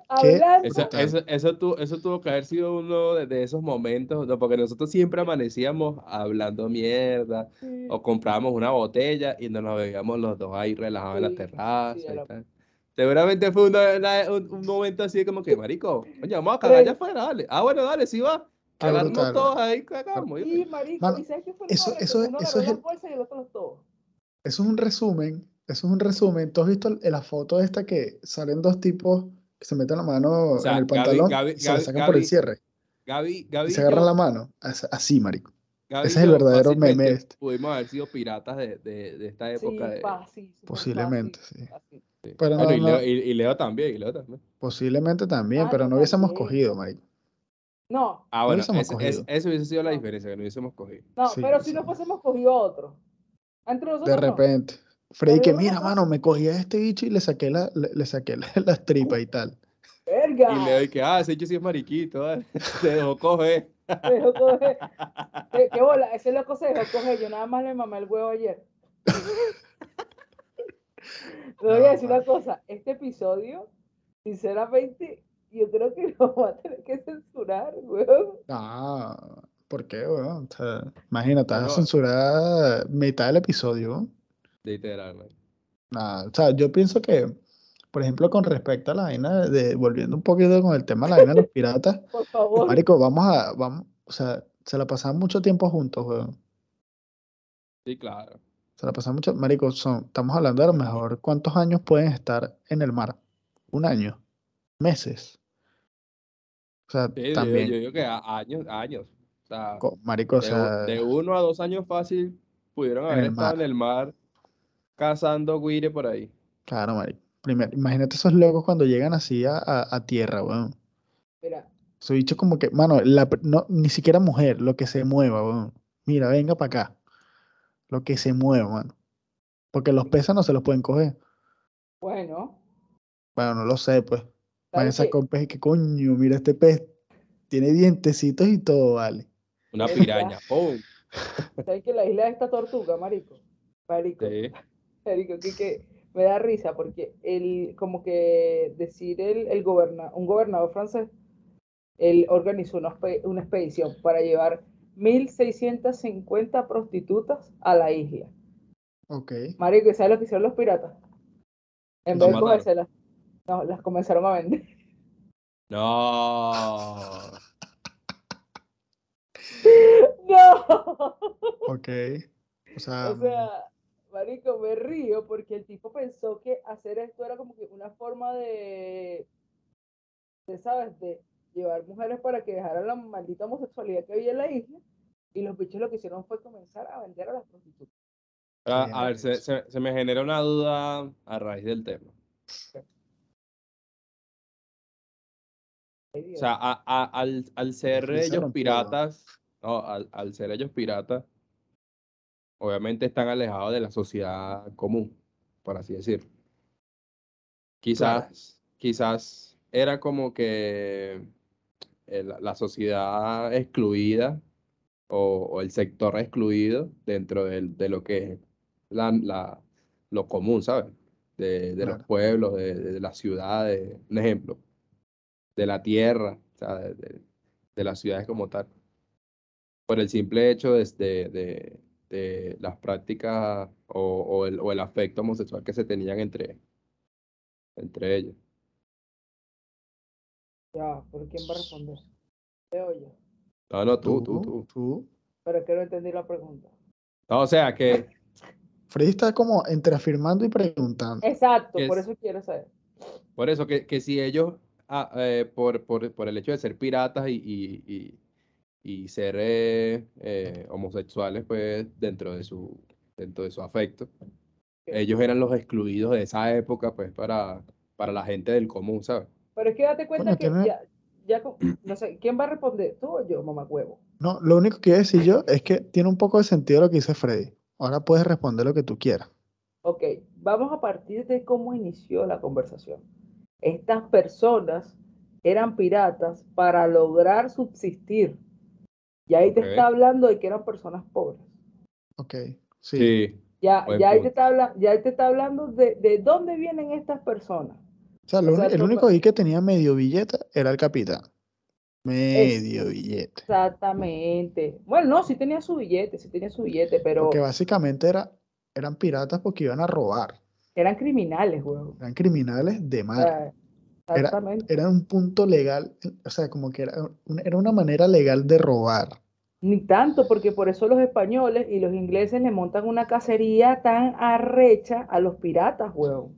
Speaker 2: hablando.
Speaker 4: Eso,
Speaker 3: Total.
Speaker 4: eso, eso, tu- eso tuvo que haber sido uno de, de esos momentos, ¿no? porque nosotros siempre amanecíamos hablando mierda
Speaker 2: Sí,
Speaker 4: o comprábamos una botella y nos la bebíamos los dos ahí relajados en la
Speaker 2: Sí,
Speaker 4: terraza.
Speaker 2: sí, a
Speaker 4: y
Speaker 2: la-
Speaker 4: tal. Seguramente fue una- una- un, un momento así como que, marico, oye, vamos a cagar
Speaker 2: Freddy.
Speaker 4: allá afuera, dale. Ah, bueno, dale, sí va.
Speaker 3: Qué
Speaker 4: Cagarnos
Speaker 3: brutal,
Speaker 4: todos ahí, cagamos. y-
Speaker 2: Sí, marico,
Speaker 3: Mano,
Speaker 2: ¿y sabes qué fue lo
Speaker 3: eso-
Speaker 2: peor? Que
Speaker 3: eso-
Speaker 2: uno agarró
Speaker 3: eso
Speaker 2: las
Speaker 3: es el-
Speaker 2: bolsas y el otro los todo.
Speaker 3: Eso es un resumen, eso es un resumen. ¿Tú has visto el- la foto esta que salen dos tipos que se meten la mano
Speaker 4: O sea,
Speaker 3: en el
Speaker 4: Gaby-
Speaker 3: pantalón
Speaker 4: Gaby-
Speaker 3: y se la
Speaker 4: Gaby-
Speaker 3: sacan por el
Speaker 4: Gaby-
Speaker 3: cierre?
Speaker 4: Gaby,
Speaker 3: Y
Speaker 4: Gaby
Speaker 3: se
Speaker 4: y
Speaker 3: agarran
Speaker 4: yo-
Speaker 3: la mano. as- Así, marico.
Speaker 4: Gaby
Speaker 3: Ese
Speaker 4: y
Speaker 3: es el
Speaker 4: yo
Speaker 3: verdadero meme
Speaker 4: fácilmente
Speaker 3: este.
Speaker 4: Pudimos haber sido piratas de, de- de esta
Speaker 2: Sí,
Speaker 4: época. de-
Speaker 2: fácil, súper
Speaker 3: Posiblemente,
Speaker 2: fácil,
Speaker 3: sí.
Speaker 2: fácil.
Speaker 3: Pero
Speaker 4: Bueno,
Speaker 3: no,
Speaker 4: y,
Speaker 3: no,
Speaker 4: Leo, y- y Leo también, y Leo también.
Speaker 3: posiblemente también,
Speaker 2: Ah,
Speaker 3: pero
Speaker 2: no,
Speaker 3: no hubiésemos
Speaker 2: también.
Speaker 3: cogido, marico.
Speaker 2: No,
Speaker 4: Ah,
Speaker 3: No
Speaker 4: bueno,
Speaker 3: hubiésemos
Speaker 4: ese- ese-
Speaker 3: cogido.
Speaker 4: eso hubiese sido la
Speaker 2: No.
Speaker 4: diferencia, que no hubiésemos cogido.
Speaker 2: no,
Speaker 3: Sí,
Speaker 2: pero si
Speaker 3: sí.
Speaker 2: no fuésemos cogido a otro. Entre nosotros
Speaker 3: De
Speaker 2: no.
Speaker 3: repente. Freddy que,
Speaker 2: Pero
Speaker 3: mira,
Speaker 2: nosotros-
Speaker 3: mano, me cogí a este bicho y le saqué, la, le, le saqué la- las tripas y tal.
Speaker 2: Verga.
Speaker 4: Y Leo, y que, ah, ese hecho sí es mariquito, ¿vale? se dejó coger.
Speaker 2: Se dejó coger. Eh, Qué bola, ese loco se dejó coger. Yo nada más le mamé el huevo ayer. Le voy
Speaker 3: No,
Speaker 2: a decir una cosa. Este episodio, sinceramente, yo creo que lo va a tener que censurar, weón.
Speaker 3: Ah, ¿por qué, weón? O sea, imagínate, vas a
Speaker 4: No.
Speaker 3: censurar mitad del episodio. weón.
Speaker 4: Literalmente.
Speaker 3: Nah, o sea, yo pienso que, por ejemplo, con respecto a la vaina de, volviendo un poquito con el tema de la vaina de los piratas,
Speaker 2: Por favor.
Speaker 3: marico, vamos a, vamos, o sea, se la pasaban mucho tiempo juntos, weón.
Speaker 4: Sí, claro.
Speaker 3: Se la pasaban mucho, marico, son, estamos hablando de a lo mejor cuántos años pueden estar en el mar. Un año, meses. O sea,
Speaker 4: Sí, yo-
Speaker 3: también,
Speaker 4: Yo, digo que a- años, años. O sea,
Speaker 3: co- marico, o
Speaker 4: de,
Speaker 3: sea,
Speaker 4: u- de uno a dos años fácil pudieron
Speaker 3: En
Speaker 4: haber
Speaker 3: el
Speaker 4: estado
Speaker 3: mar.
Speaker 4: en el mar cazando guire por ahí.
Speaker 3: claro, marico. Primero, imagínate esos locos cuando llegan así a, a- a tierra, weón.
Speaker 2: Mira,
Speaker 3: Soy dicho como que, mano, la pr- no, ni siquiera mujer, lo que se mueva, weón. Mira, venga para acá. Lo que se mueva, mano. Porque los peces no se los pueden coger.
Speaker 2: bueno.
Speaker 3: Bueno, no lo sé, pues. Van a
Speaker 2: ¿sabes qué?
Speaker 3: sacar un pez y que, coño, mira este pez. Tiene dientecitos y todo, vale.
Speaker 4: Una
Speaker 2: Verga.
Speaker 4: piraña, ¡pum!
Speaker 2: ¿Sabes que la isla de esta tortuga, marico? Marico.
Speaker 4: Sí.
Speaker 2: Marico, que, que me da risa porque el, como que decir el, el goberna, un gobernador francés, él organizó una, espe- una expedición para llevar 1.650 prostitutas a la isla.
Speaker 3: Ok.
Speaker 2: Marico, ¿y sabes lo que hicieron los piratas? En vez de
Speaker 4: Las mataron.
Speaker 2: cogérselas, no, las comenzaron a vender.
Speaker 4: No.
Speaker 2: ¡No!
Speaker 3: Ok. O sea,
Speaker 2: O sea, marico, me río porque el tipo pensó que hacer esto era como que una forma de, de ¿sabes? De llevar mujeres para que dejaran la maldita homosexualidad que había en la isla. Y los bichos lo que hicieron fue comenzar a vender a las prostitutas.
Speaker 4: Ah,
Speaker 3: Bien,
Speaker 4: a ver, se,
Speaker 3: Alex.
Speaker 4: se- se me genera una duda a raíz del tema.
Speaker 2: Ay,
Speaker 4: O
Speaker 2: Dios.
Speaker 4: sea, a- a- al, al ser
Speaker 3: fui, se
Speaker 4: ellos
Speaker 3: rompió, weón.
Speaker 4: piratas, no, al, al ser ellos piratas, obviamente están alejados de la sociedad común, por así decir. Quizás, quizás era como que eh, la, la sociedad excluida o, o el sector excluido dentro del- de, lo que es la, la- lo común, ¿sabes? De, de los
Speaker 3: Claro.
Speaker 4: pueblos, de, de las ciudades, un ejemplo, de la tierra, o sea, de, de- de las ciudades como tal. Por el simple hecho de, de- de- de las prácticas o, o el, o el afecto homosexual que se tenían entre, entre ellos.
Speaker 2: Ya, ¿pero quién va a responder? Leo yo.
Speaker 4: No, no, tú, tú, tú.
Speaker 3: tú.
Speaker 2: Pero es que no entendí la pregunta.
Speaker 4: No, o sea, que,
Speaker 3: Freddy está como entre afirmando y preguntando.
Speaker 2: Exacto,
Speaker 4: Es-
Speaker 2: por eso quiero saber.
Speaker 4: Por eso, que, que si ellos, ah, eh, por, por, por el hecho de ser piratas y, y, y, y ser eh, eh, homosexuales, pues dentro de su, dentro de su afecto, ellos eran los excluidos de esa época, pues para, para la gente del común, ¿sabes?
Speaker 2: Pero es que date cuenta
Speaker 3: Coño,
Speaker 2: que
Speaker 3: tiene-
Speaker 2: ya, ya, co- no sé, ¿quién va a responder? ¿Tú o yo, mamá huevo?
Speaker 3: No, lo único que iba a decir yo es que tiene un poco de sentido lo que dice Freddy. Ahora puedes responder lo que tú quieras.
Speaker 2: Ok, vamos a partir de cómo inició la conversación. Estas personas eran piratas para lograr subsistir. Y ahí
Speaker 4: Ok.
Speaker 2: te está hablando de que eran personas pobres.
Speaker 3: Ok, sí.
Speaker 4: Sí.
Speaker 2: Ya,
Speaker 4: Buen
Speaker 2: ya, ahí,
Speaker 4: punto.
Speaker 2: te está habla- ya ahí te está hablando de, de dónde vienen estas personas.
Speaker 3: O sea, lo
Speaker 2: O sea,
Speaker 3: uni- el
Speaker 2: tú-
Speaker 3: único ahí que tenía medio billete era el capitán. Medio billete.
Speaker 2: Exactamente. Bueno, no, sí tenía su billete, sí tenía su billete, pero
Speaker 3: Porque básicamente era, eran piratas porque iban a robar.
Speaker 2: eran criminales, huevón.
Speaker 3: Eran criminales de
Speaker 2: O
Speaker 3: mar.
Speaker 2: sea, exactamente.
Speaker 3: Era un punto legal, o sea, como que era, un- era una manera legal de robar.
Speaker 2: Ni tanto, porque por eso los españoles y los ingleses le montan una cacería tan arrecha a los piratas, huevón.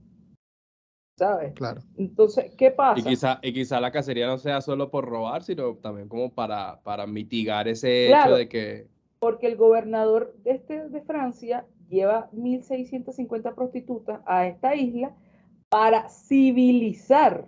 Speaker 2: ¿Sabes?
Speaker 3: Claro,
Speaker 2: Entonces, ¿qué
Speaker 4: Y
Speaker 2: pasa?
Speaker 4: quizá, y quizá la cacería no sea solo por robar, sino también como para, para mitigar ese
Speaker 2: Claro.
Speaker 4: hecho de que...
Speaker 2: Porque el gobernador de, este, de Francia lleva 1.650 prostitutas a esta isla para civilizar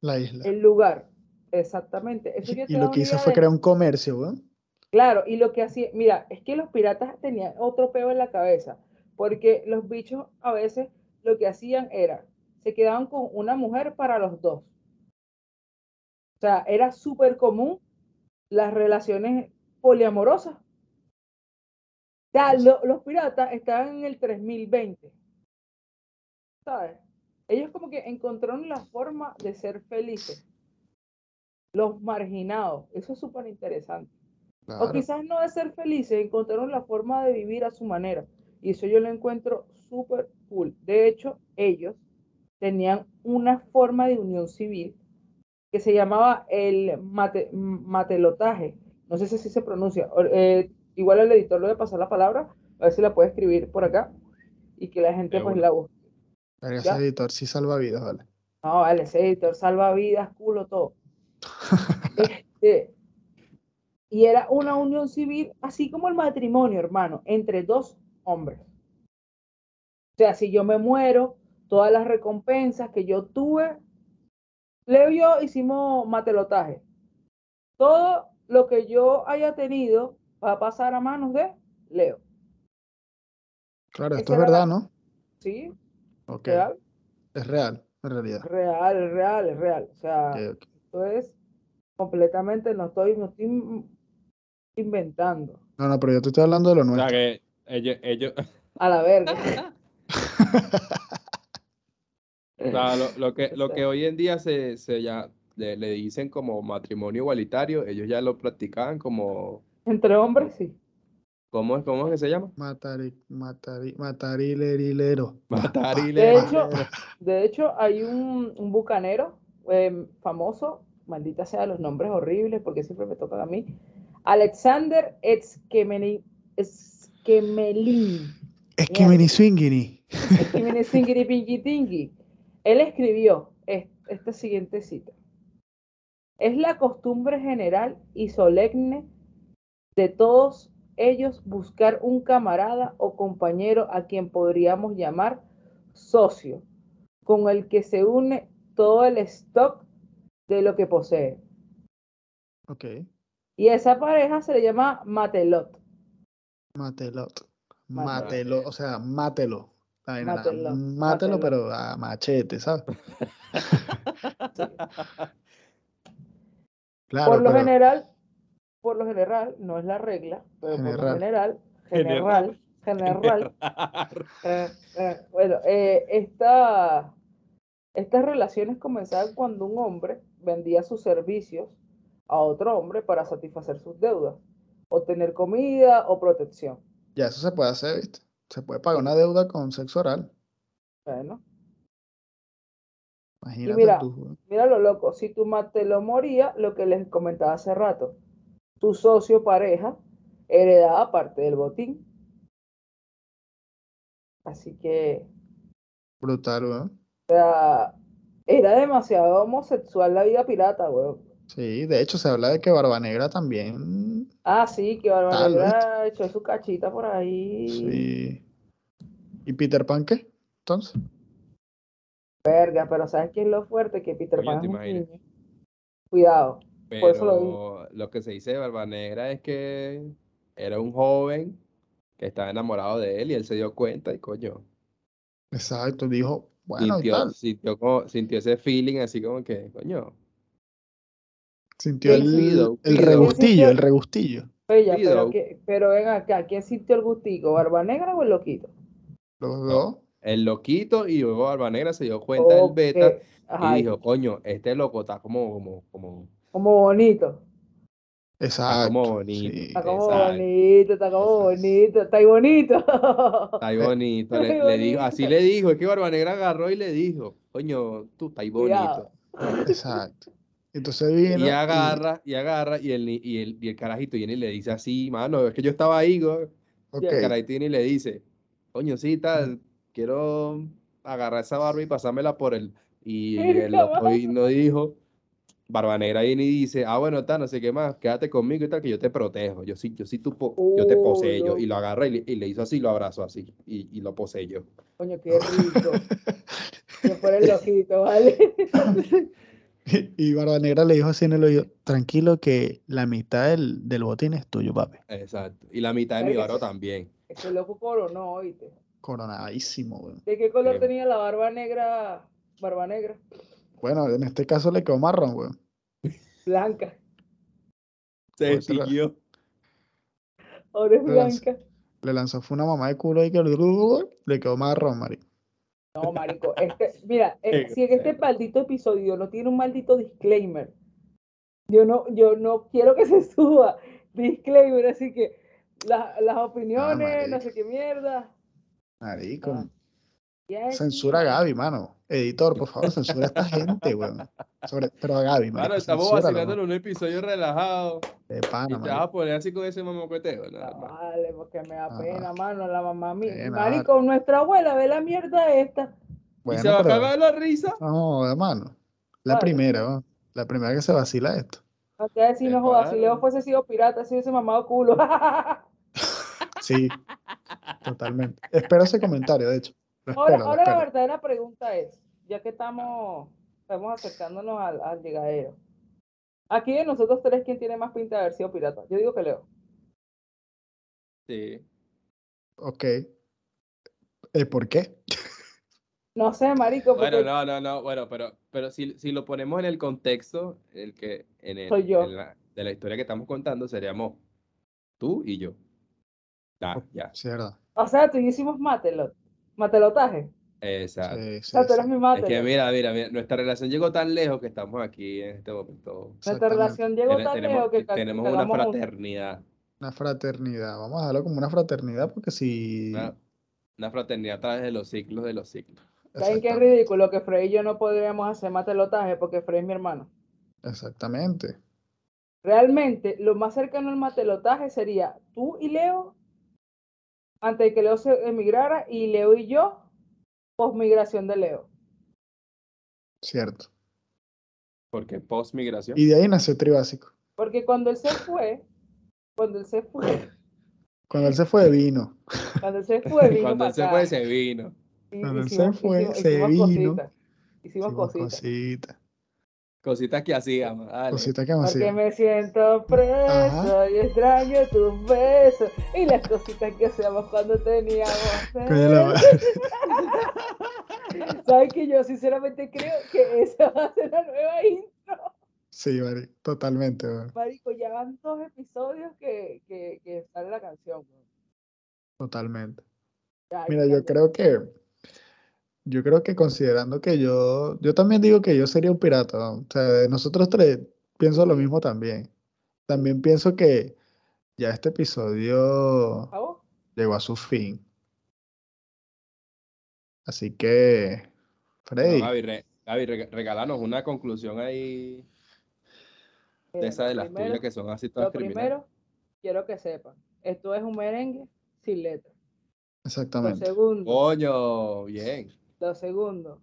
Speaker 3: la isla.
Speaker 2: el lugar. Exactamente. Eso yo te
Speaker 3: Y
Speaker 2: da
Speaker 3: lo
Speaker 2: una
Speaker 3: que hizo
Speaker 2: idea
Speaker 3: fue
Speaker 2: de-
Speaker 3: crear un comercio, weón.
Speaker 2: Claro, y lo que hacía, mira, es que los piratas tenían otro peo en la cabeza, porque los bichos a veces lo que hacían era, se quedaban con una mujer para los dos. O sea, era súper común las relaciones poliamorosas. O sea, lo- los piratas estaban en el 3020. ¿Sabes? Ellos como que encontraron la forma de ser felices. Los marginados. Eso es súper interesante. O
Speaker 3: Claro.
Speaker 2: quizás no de ser felices, encontraron la forma de vivir a su manera. Y eso yo lo encuentro súper cool. De hecho, ellos tenían una forma de unión civil que se llamaba el mate- matelotaje. No sé si así se pronuncia. O- eh, igual el editor lo voy a pasar la palabra, a ver si la puede escribir por acá y que la gente
Speaker 4: De
Speaker 2: pues
Speaker 4: una.
Speaker 2: la busque.
Speaker 3: Verga,
Speaker 2: ya.
Speaker 3: ese editor sí salva vidas, vale.
Speaker 2: No, vale, ese editor salva vidas, culo, todo. Este, y era una unión civil, así como el matrimonio, hermano, entre dos hombres. O sea, si yo me muero, todas las recompensas que yo tuve, Leo y yo hicimos matelotaje. Todo lo que yo haya tenido va a pasar a manos de Leo.
Speaker 3: Claro,
Speaker 2: Esa
Speaker 3: esto
Speaker 2: era
Speaker 3: es
Speaker 2: la-
Speaker 3: verdad, ¿no?
Speaker 2: ¿Sí?
Speaker 3: Ok,
Speaker 2: Real,
Speaker 3: es real, en realidad.
Speaker 2: real, es real, es real. O sea,
Speaker 3: Ok, ok.
Speaker 2: esto es completamente, no estoy, no estoy in- inventando.
Speaker 3: No, no, pero yo te estoy hablando de lo
Speaker 4: O sea,
Speaker 3: nuestro.
Speaker 4: que ellos, ellos,
Speaker 2: A la verga.
Speaker 4: O sea, lo, lo que, lo
Speaker 2: sea.
Speaker 4: que hoy en día se, se ya le, le dicen como matrimonio igualitario, ellos ya lo practicaban como,
Speaker 2: Entre hombres, sí.
Speaker 4: ¿cómo es, cómo es que se llama?
Speaker 3: Matari, matari, matarilerilero.
Speaker 2: De
Speaker 4: Matarile.
Speaker 2: hecho, de hecho hay un, un bucanero em, famoso, maldita sea los nombres horribles, porque siempre me tocan a mí, Alexander Exkemeni- Exkemelin.
Speaker 3: Es que mini swingini.
Speaker 2: Exkemeni Singiri Pingi Tingi. Él escribió es- esta siguiente cita. Es la costumbre general y solemne de todos ellos buscar un camarada o compañero a quien podríamos llamar socio, con el que se une todo el stock de lo que posee.
Speaker 3: Ok,
Speaker 2: Y a esa pareja se le llama matelot.
Speaker 3: matelot.
Speaker 2: Matelot.
Speaker 3: Mátelo, o sea, mátelo. La vaina, la-
Speaker 2: Matelot,
Speaker 3: mátelo,
Speaker 2: matelot.
Speaker 3: pero a machete, ¿sabes? Claro,
Speaker 2: Por lo
Speaker 3: Ah, pero
Speaker 2: general, por lo general, no es la regla, pero por lo
Speaker 3: General.
Speaker 2: general, general, general, eh, eh, bueno, eh, esta- estas relaciones comenzaban cuando un hombre vendía sus servicios a otro hombre para satisfacer sus deudas, obtener comida o protección.
Speaker 3: Ya eso se puede hacer, ¿viste? Se puede pagar una deuda con sexo oral.
Speaker 2: Bueno,
Speaker 3: Imagínate
Speaker 2: mira,
Speaker 3: tú. weón.
Speaker 2: mira lo loco, si tu mate lo moría, lo que les comentaba hace rato, tu socio pareja heredaba parte del botín. Así que
Speaker 3: Brutal, weón.
Speaker 2: era demasiado homosexual la vida pirata, weón.
Speaker 3: Sí, de hecho se habla de que Barba Negra también.
Speaker 2: Ah, sí, que
Speaker 3: Tal vez.
Speaker 2: Barbarella echó su cachita por ahí.
Speaker 3: Sí. ¿Y Peter Pan qué? Entonces,
Speaker 2: Verga, pero ¿sabes qué es lo fuerte? Que Peter
Speaker 4: Coño,
Speaker 2: Pan
Speaker 4: te
Speaker 2: es un
Speaker 4: imaginas.
Speaker 2: niño. Cuidado.
Speaker 4: Pero
Speaker 2: Por eso lo
Speaker 4: lo, que se dice de Barba Negra es que era un joven que estaba enamorado de él y él se dio cuenta y coño,
Speaker 3: exacto, dijo, bueno, y
Speaker 4: sintió,
Speaker 3: tal.
Speaker 4: sintió, como- sintió ese feeling así como que, coño,
Speaker 3: Sintió
Speaker 2: Sí,
Speaker 3: el,
Speaker 4: Cuido,
Speaker 3: el
Speaker 4: cuido.
Speaker 3: regustillo, el
Speaker 2: Sí, sí,
Speaker 3: regustillo.
Speaker 2: Oye, pero,
Speaker 4: Cuidado.
Speaker 2: que, pero ven acá, ¿quién sintió el gustico? ¿Barba Negra o el loquito?
Speaker 3: Los
Speaker 4: Ah,
Speaker 3: dos.
Speaker 4: el loquito y luego Barba Negra se dio cuenta del
Speaker 2: Ok,
Speaker 4: beta
Speaker 2: Ajá,
Speaker 4: y dijo, coño, este loco está como, como, como,
Speaker 2: como bonito.
Speaker 3: Exacto.
Speaker 4: como bonito.
Speaker 3: sí.
Speaker 2: Está como
Speaker 4: Exacto.
Speaker 2: bonito, está como
Speaker 4: Exacto.
Speaker 2: bonito, está ahí bonito.
Speaker 4: Está ahí bonito, le,
Speaker 2: Está ahí
Speaker 4: le dijo, así
Speaker 2: bonito.
Speaker 4: le dijo, es que Barba Negra agarró y le dijo, coño, tú estás ahí bonito.
Speaker 2: Cuidado.
Speaker 3: Exacto. Entonces vino
Speaker 4: Y agarra, y agarra, y el, ni- y el, y el carajito viene y le dice así, mano, es que yo estaba ahí, güey".
Speaker 3: ok,
Speaker 4: El carajito viene y le dice, coño, sí, tal, quiero agarrar esa barba y pasármela por el... Y
Speaker 2: Mira,
Speaker 4: el loco y no dijo, Barba Negra viene y dice, ah, bueno, tal, no sé qué más, quédate conmigo y tal, que yo te protejo, yo sí, yo sí, tú, po- yo te
Speaker 2: Oh,
Speaker 4: poseo.
Speaker 2: loco.
Speaker 4: Y lo agarra y le, y le hizo así, lo abrazó así, y, y lo poseyó.
Speaker 2: Coño, qué rico. Que fuera el loquito, ¿vale?
Speaker 3: Y Barba Negra le dijo así en el oído, tranquilo que la mitad del, del botín es tuyo, papi.
Speaker 4: Exacto. Y la mitad de mi
Speaker 2: Verga,
Speaker 4: barba
Speaker 2: eso-
Speaker 4: también.
Speaker 2: Ese Este loco coronó, oíste.
Speaker 3: Coronadísimo, weón.
Speaker 2: ¿De qué color
Speaker 4: Sí.
Speaker 2: tenía la barba negra? Barba negra.
Speaker 3: Bueno, en este caso le quedó marrón, weón.
Speaker 2: Blanca.
Speaker 4: Se
Speaker 3: Puede ser la-
Speaker 4: tiñó.
Speaker 2: Ahora es
Speaker 3: Pero en-
Speaker 2: blanca.
Speaker 3: Le lanzó fue una mamá de culo y que le quedó marrón, marico.
Speaker 2: No, marico. Este, mira, eh,
Speaker 4: Qué
Speaker 2: si en este
Speaker 4: grosero.
Speaker 2: maldito episodio no tiene un maldito disclaimer, yo no, yo no quiero que se suba disclaimer, así que la- las opiniones, no
Speaker 3: marico.
Speaker 2: sé qué mierda.
Speaker 3: Marico.
Speaker 2: Ah, Ya es-
Speaker 3: Censura a Gaby, mano. Editor, por favor, censura a esta gente, weón. Sobre- pero a Gaby, marico.
Speaker 4: Claro, estamos
Speaker 3: censúrala,
Speaker 4: vacilando en
Speaker 3: mano.
Speaker 4: un episodio relajado.
Speaker 3: De pana,
Speaker 4: Y te vas
Speaker 3: marico.
Speaker 4: a poner así con ese mamocueteo.
Speaker 2: Ah,
Speaker 4: nada más.
Speaker 2: Vale, porque me da
Speaker 3: Ah.
Speaker 2: pena, mano, la mamá mía.
Speaker 3: Pena,
Speaker 2: Marico, nuestra abuela ve la mierda esta.
Speaker 4: y se va
Speaker 3: pero-
Speaker 4: a cagar la risa.
Speaker 3: No, hermano. La
Speaker 2: Vale.
Speaker 3: primera, weón. La primera que se vacila esto.
Speaker 2: No te voy a decir, no jodas, si
Speaker 4: Vale.
Speaker 2: Leo fuese sido pirata, si hubiese mamado culo.
Speaker 3: Sí, totalmente. Espero ese comentario, de hecho. Lo
Speaker 2: Ahora,
Speaker 3: espero, lo
Speaker 2: ahora la
Speaker 3: espero.
Speaker 2: verdadera pregunta es, ya que estamos, estamos acercándonos al, al llegadero. Aquí de nosotros tres, ¿quién tiene más pinta de haber sido pirata? Yo digo que Leo.
Speaker 4: Sí.
Speaker 3: Ok. ¿El por qué?
Speaker 2: No sé, marico, porque
Speaker 4: Bueno, no, no, no. Bueno, pero, pero si, si lo ponemos en el contexto en el que, en el-
Speaker 2: Soy yo.
Speaker 4: en la- de la historia que estamos contando, seríamos tú y yo. Ya, ya.
Speaker 3: Sí, verdad.
Speaker 2: o sea, tú y yo hicimos matelot, matelotaje.
Speaker 4: Exacto.
Speaker 3: Sí, sí,
Speaker 2: O sea, tú
Speaker 3: sí.
Speaker 2: eres mi
Speaker 4: Es que
Speaker 2: matelot.
Speaker 4: mira, mira, mira, nuestra relación llegó tan lejos que estamos aquí en este momento.
Speaker 2: Nuestra
Speaker 3: Exactamente.
Speaker 2: relación llegó
Speaker 4: Tene-
Speaker 2: tan
Speaker 4: tenemos
Speaker 2: lejos que ca-
Speaker 4: tenemos una
Speaker 2: cagamos juntos.
Speaker 4: fraternidad.
Speaker 3: Una fraternidad. Vamos a darlo como una fraternidad porque si.
Speaker 4: Una, una fraternidad a través de los ciclos de los ciclos.
Speaker 2: ¿Saben qué
Speaker 3: Exactamente.
Speaker 2: ridículo? Que Frey y yo no podríamos hacer matelotaje porque Frey es mi hermano.
Speaker 3: Exactamente.
Speaker 2: Realmente, lo más cercano al matelotaje sería tú y Leo, antes de que Leo se emigrara, y Leo y yo, posmigración de Leo.
Speaker 3: Cierto.
Speaker 4: Porque post migración.
Speaker 3: Y de ahí nació Tribásico.
Speaker 2: Porque cuando él se fue, cuando él se fue,
Speaker 3: Cuando él se fue, vino.
Speaker 2: cuando él se fue, vino
Speaker 4: Cuando él se
Speaker 2: para
Speaker 4: fue,
Speaker 2: acá.
Speaker 4: se vino.
Speaker 2: Sí,
Speaker 3: cuando él se
Speaker 2: hicimos-
Speaker 3: fue,
Speaker 2: hicimos-
Speaker 3: se
Speaker 2: hicimos
Speaker 3: vino.
Speaker 2: cositas, Hicimos
Speaker 3: Hicimos
Speaker 2: cositas.
Speaker 3: cositas.
Speaker 4: Cositas que hacíamos. dale.
Speaker 3: Cositas que me
Speaker 2: Porque
Speaker 3: hacían.
Speaker 2: me siento preso
Speaker 3: Ajá.
Speaker 2: y extraño tus besos y las cositas que hacíamos cuando teníamos.
Speaker 3: Coño, la
Speaker 2: sexo. ¿Sabes que yo sinceramente creo que esa va a ser la nueva intro?
Speaker 3: Sí, marico, totalmente. weón.
Speaker 2: Marico, ya van dos episodios que, que, que sale la canción. weón.
Speaker 3: Totalmente.
Speaker 2: Ya, hay
Speaker 3: Mira,
Speaker 2: que
Speaker 3: yo
Speaker 2: cambiar.
Speaker 3: creo que, yo creo que considerando que yo, yo también digo que yo sería un pirata, ¿no? O sea, de nosotros tres pienso lo mismo también. También pienso que ya este episodio
Speaker 2: ¿A vos?
Speaker 3: llegó a su fin. Así que, Freddy,
Speaker 4: Gaby, re- Gaby, re- regálanos una conclusión ahí de
Speaker 2: Mira,
Speaker 4: esas de las
Speaker 2: primero-
Speaker 4: tuyas que son así todas
Speaker 2: Lo
Speaker 4: criminales.
Speaker 2: primero, quiero que sepan, esto es un merengue sin letra. Lo
Speaker 3: exactamente.
Speaker 4: Oh,
Speaker 2: segundo,
Speaker 4: Coño, bien.
Speaker 2: lo segundo,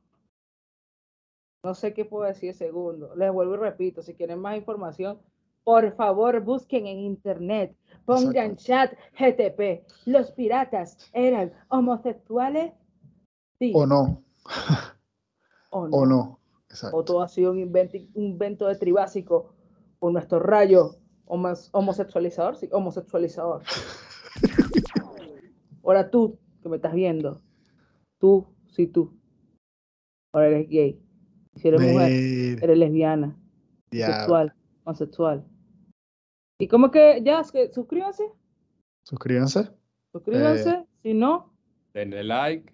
Speaker 2: no sé qué puedo decir segundo. Les vuelvo y repito, si quieren más información, por favor busquen en internet, pongan chat GTP. Los piratas eran homosexuales, sí
Speaker 3: O no,
Speaker 2: o no.
Speaker 3: o no.
Speaker 2: O
Speaker 3: Exacto.
Speaker 2: todo ha sido un invento, un invento de tribásico por nuestro rayo homos- homosexualizador, sí, homosexualizador. Ahora tú, que me estás viendo, tú, sí tú, ahora eres gay. Si eres mujer,
Speaker 3: Ver,
Speaker 2: eres lesbiana,
Speaker 3: diablo.
Speaker 2: sexual, homosexual. ¿Y cómo que ya? es que Suscríbanse,
Speaker 3: Suscríbanse.
Speaker 2: suscríbanse, si no,
Speaker 4: Denle like.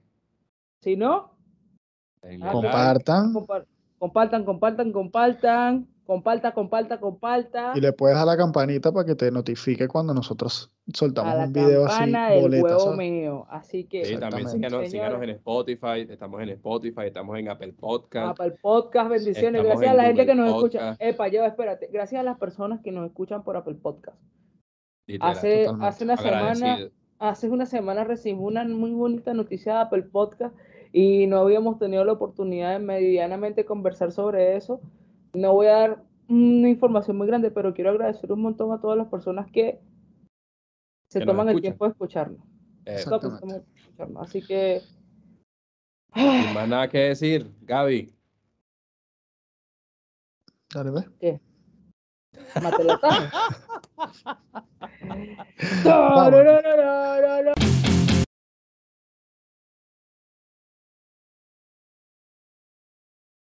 Speaker 2: si no,
Speaker 4: denle
Speaker 2: Ah,
Speaker 4: like.
Speaker 3: Compartan.
Speaker 2: compar- compartan, compartan, compartan, comparta, comparta, comparta.
Speaker 3: Y le puedes dar la campanita para que te notifique cuando nosotros soltamos
Speaker 2: a la
Speaker 3: un video así,
Speaker 2: campana del
Speaker 3: boleta,
Speaker 2: huevo
Speaker 3: ¿sabes?
Speaker 2: mío. Así que
Speaker 4: Sí, también
Speaker 3: Exactamente.
Speaker 4: síganos,
Speaker 2: Señores.
Speaker 4: síganos en Spotify. Estamos en Spotify, estamos en Apple
Speaker 2: ah,
Speaker 4: Podcast.
Speaker 2: para el podcast, bendiciones.
Speaker 4: Estamos
Speaker 2: Gracias a
Speaker 4: en
Speaker 2: la gente
Speaker 4: Google
Speaker 2: que nos
Speaker 4: Podcast.
Speaker 2: escucha. Epa, yo, espérate. Gracias a las personas que nos escuchan por Apple Podcast.
Speaker 4: Literal,
Speaker 2: Hace,
Speaker 3: totalmente.
Speaker 2: hace una semana,
Speaker 4: agradecido.
Speaker 2: hace una semana recibí una muy bonita noticia de Apple Podcast y no habíamos tenido la oportunidad de medianamente conversar sobre eso. No voy a dar una información muy grande, pero quiero agradecer un montón a todas las personas que se
Speaker 4: Que nos
Speaker 2: toman el
Speaker 4: escuchan.
Speaker 2: tiempo de escucharnos.
Speaker 4: Eh,
Speaker 3: Exacto.
Speaker 2: No, pues,
Speaker 3: Exactamente.
Speaker 2: como escucharnos. Así que
Speaker 4: sin más nada que decir, Gaby.
Speaker 3: Dale, ve.
Speaker 2: Mate la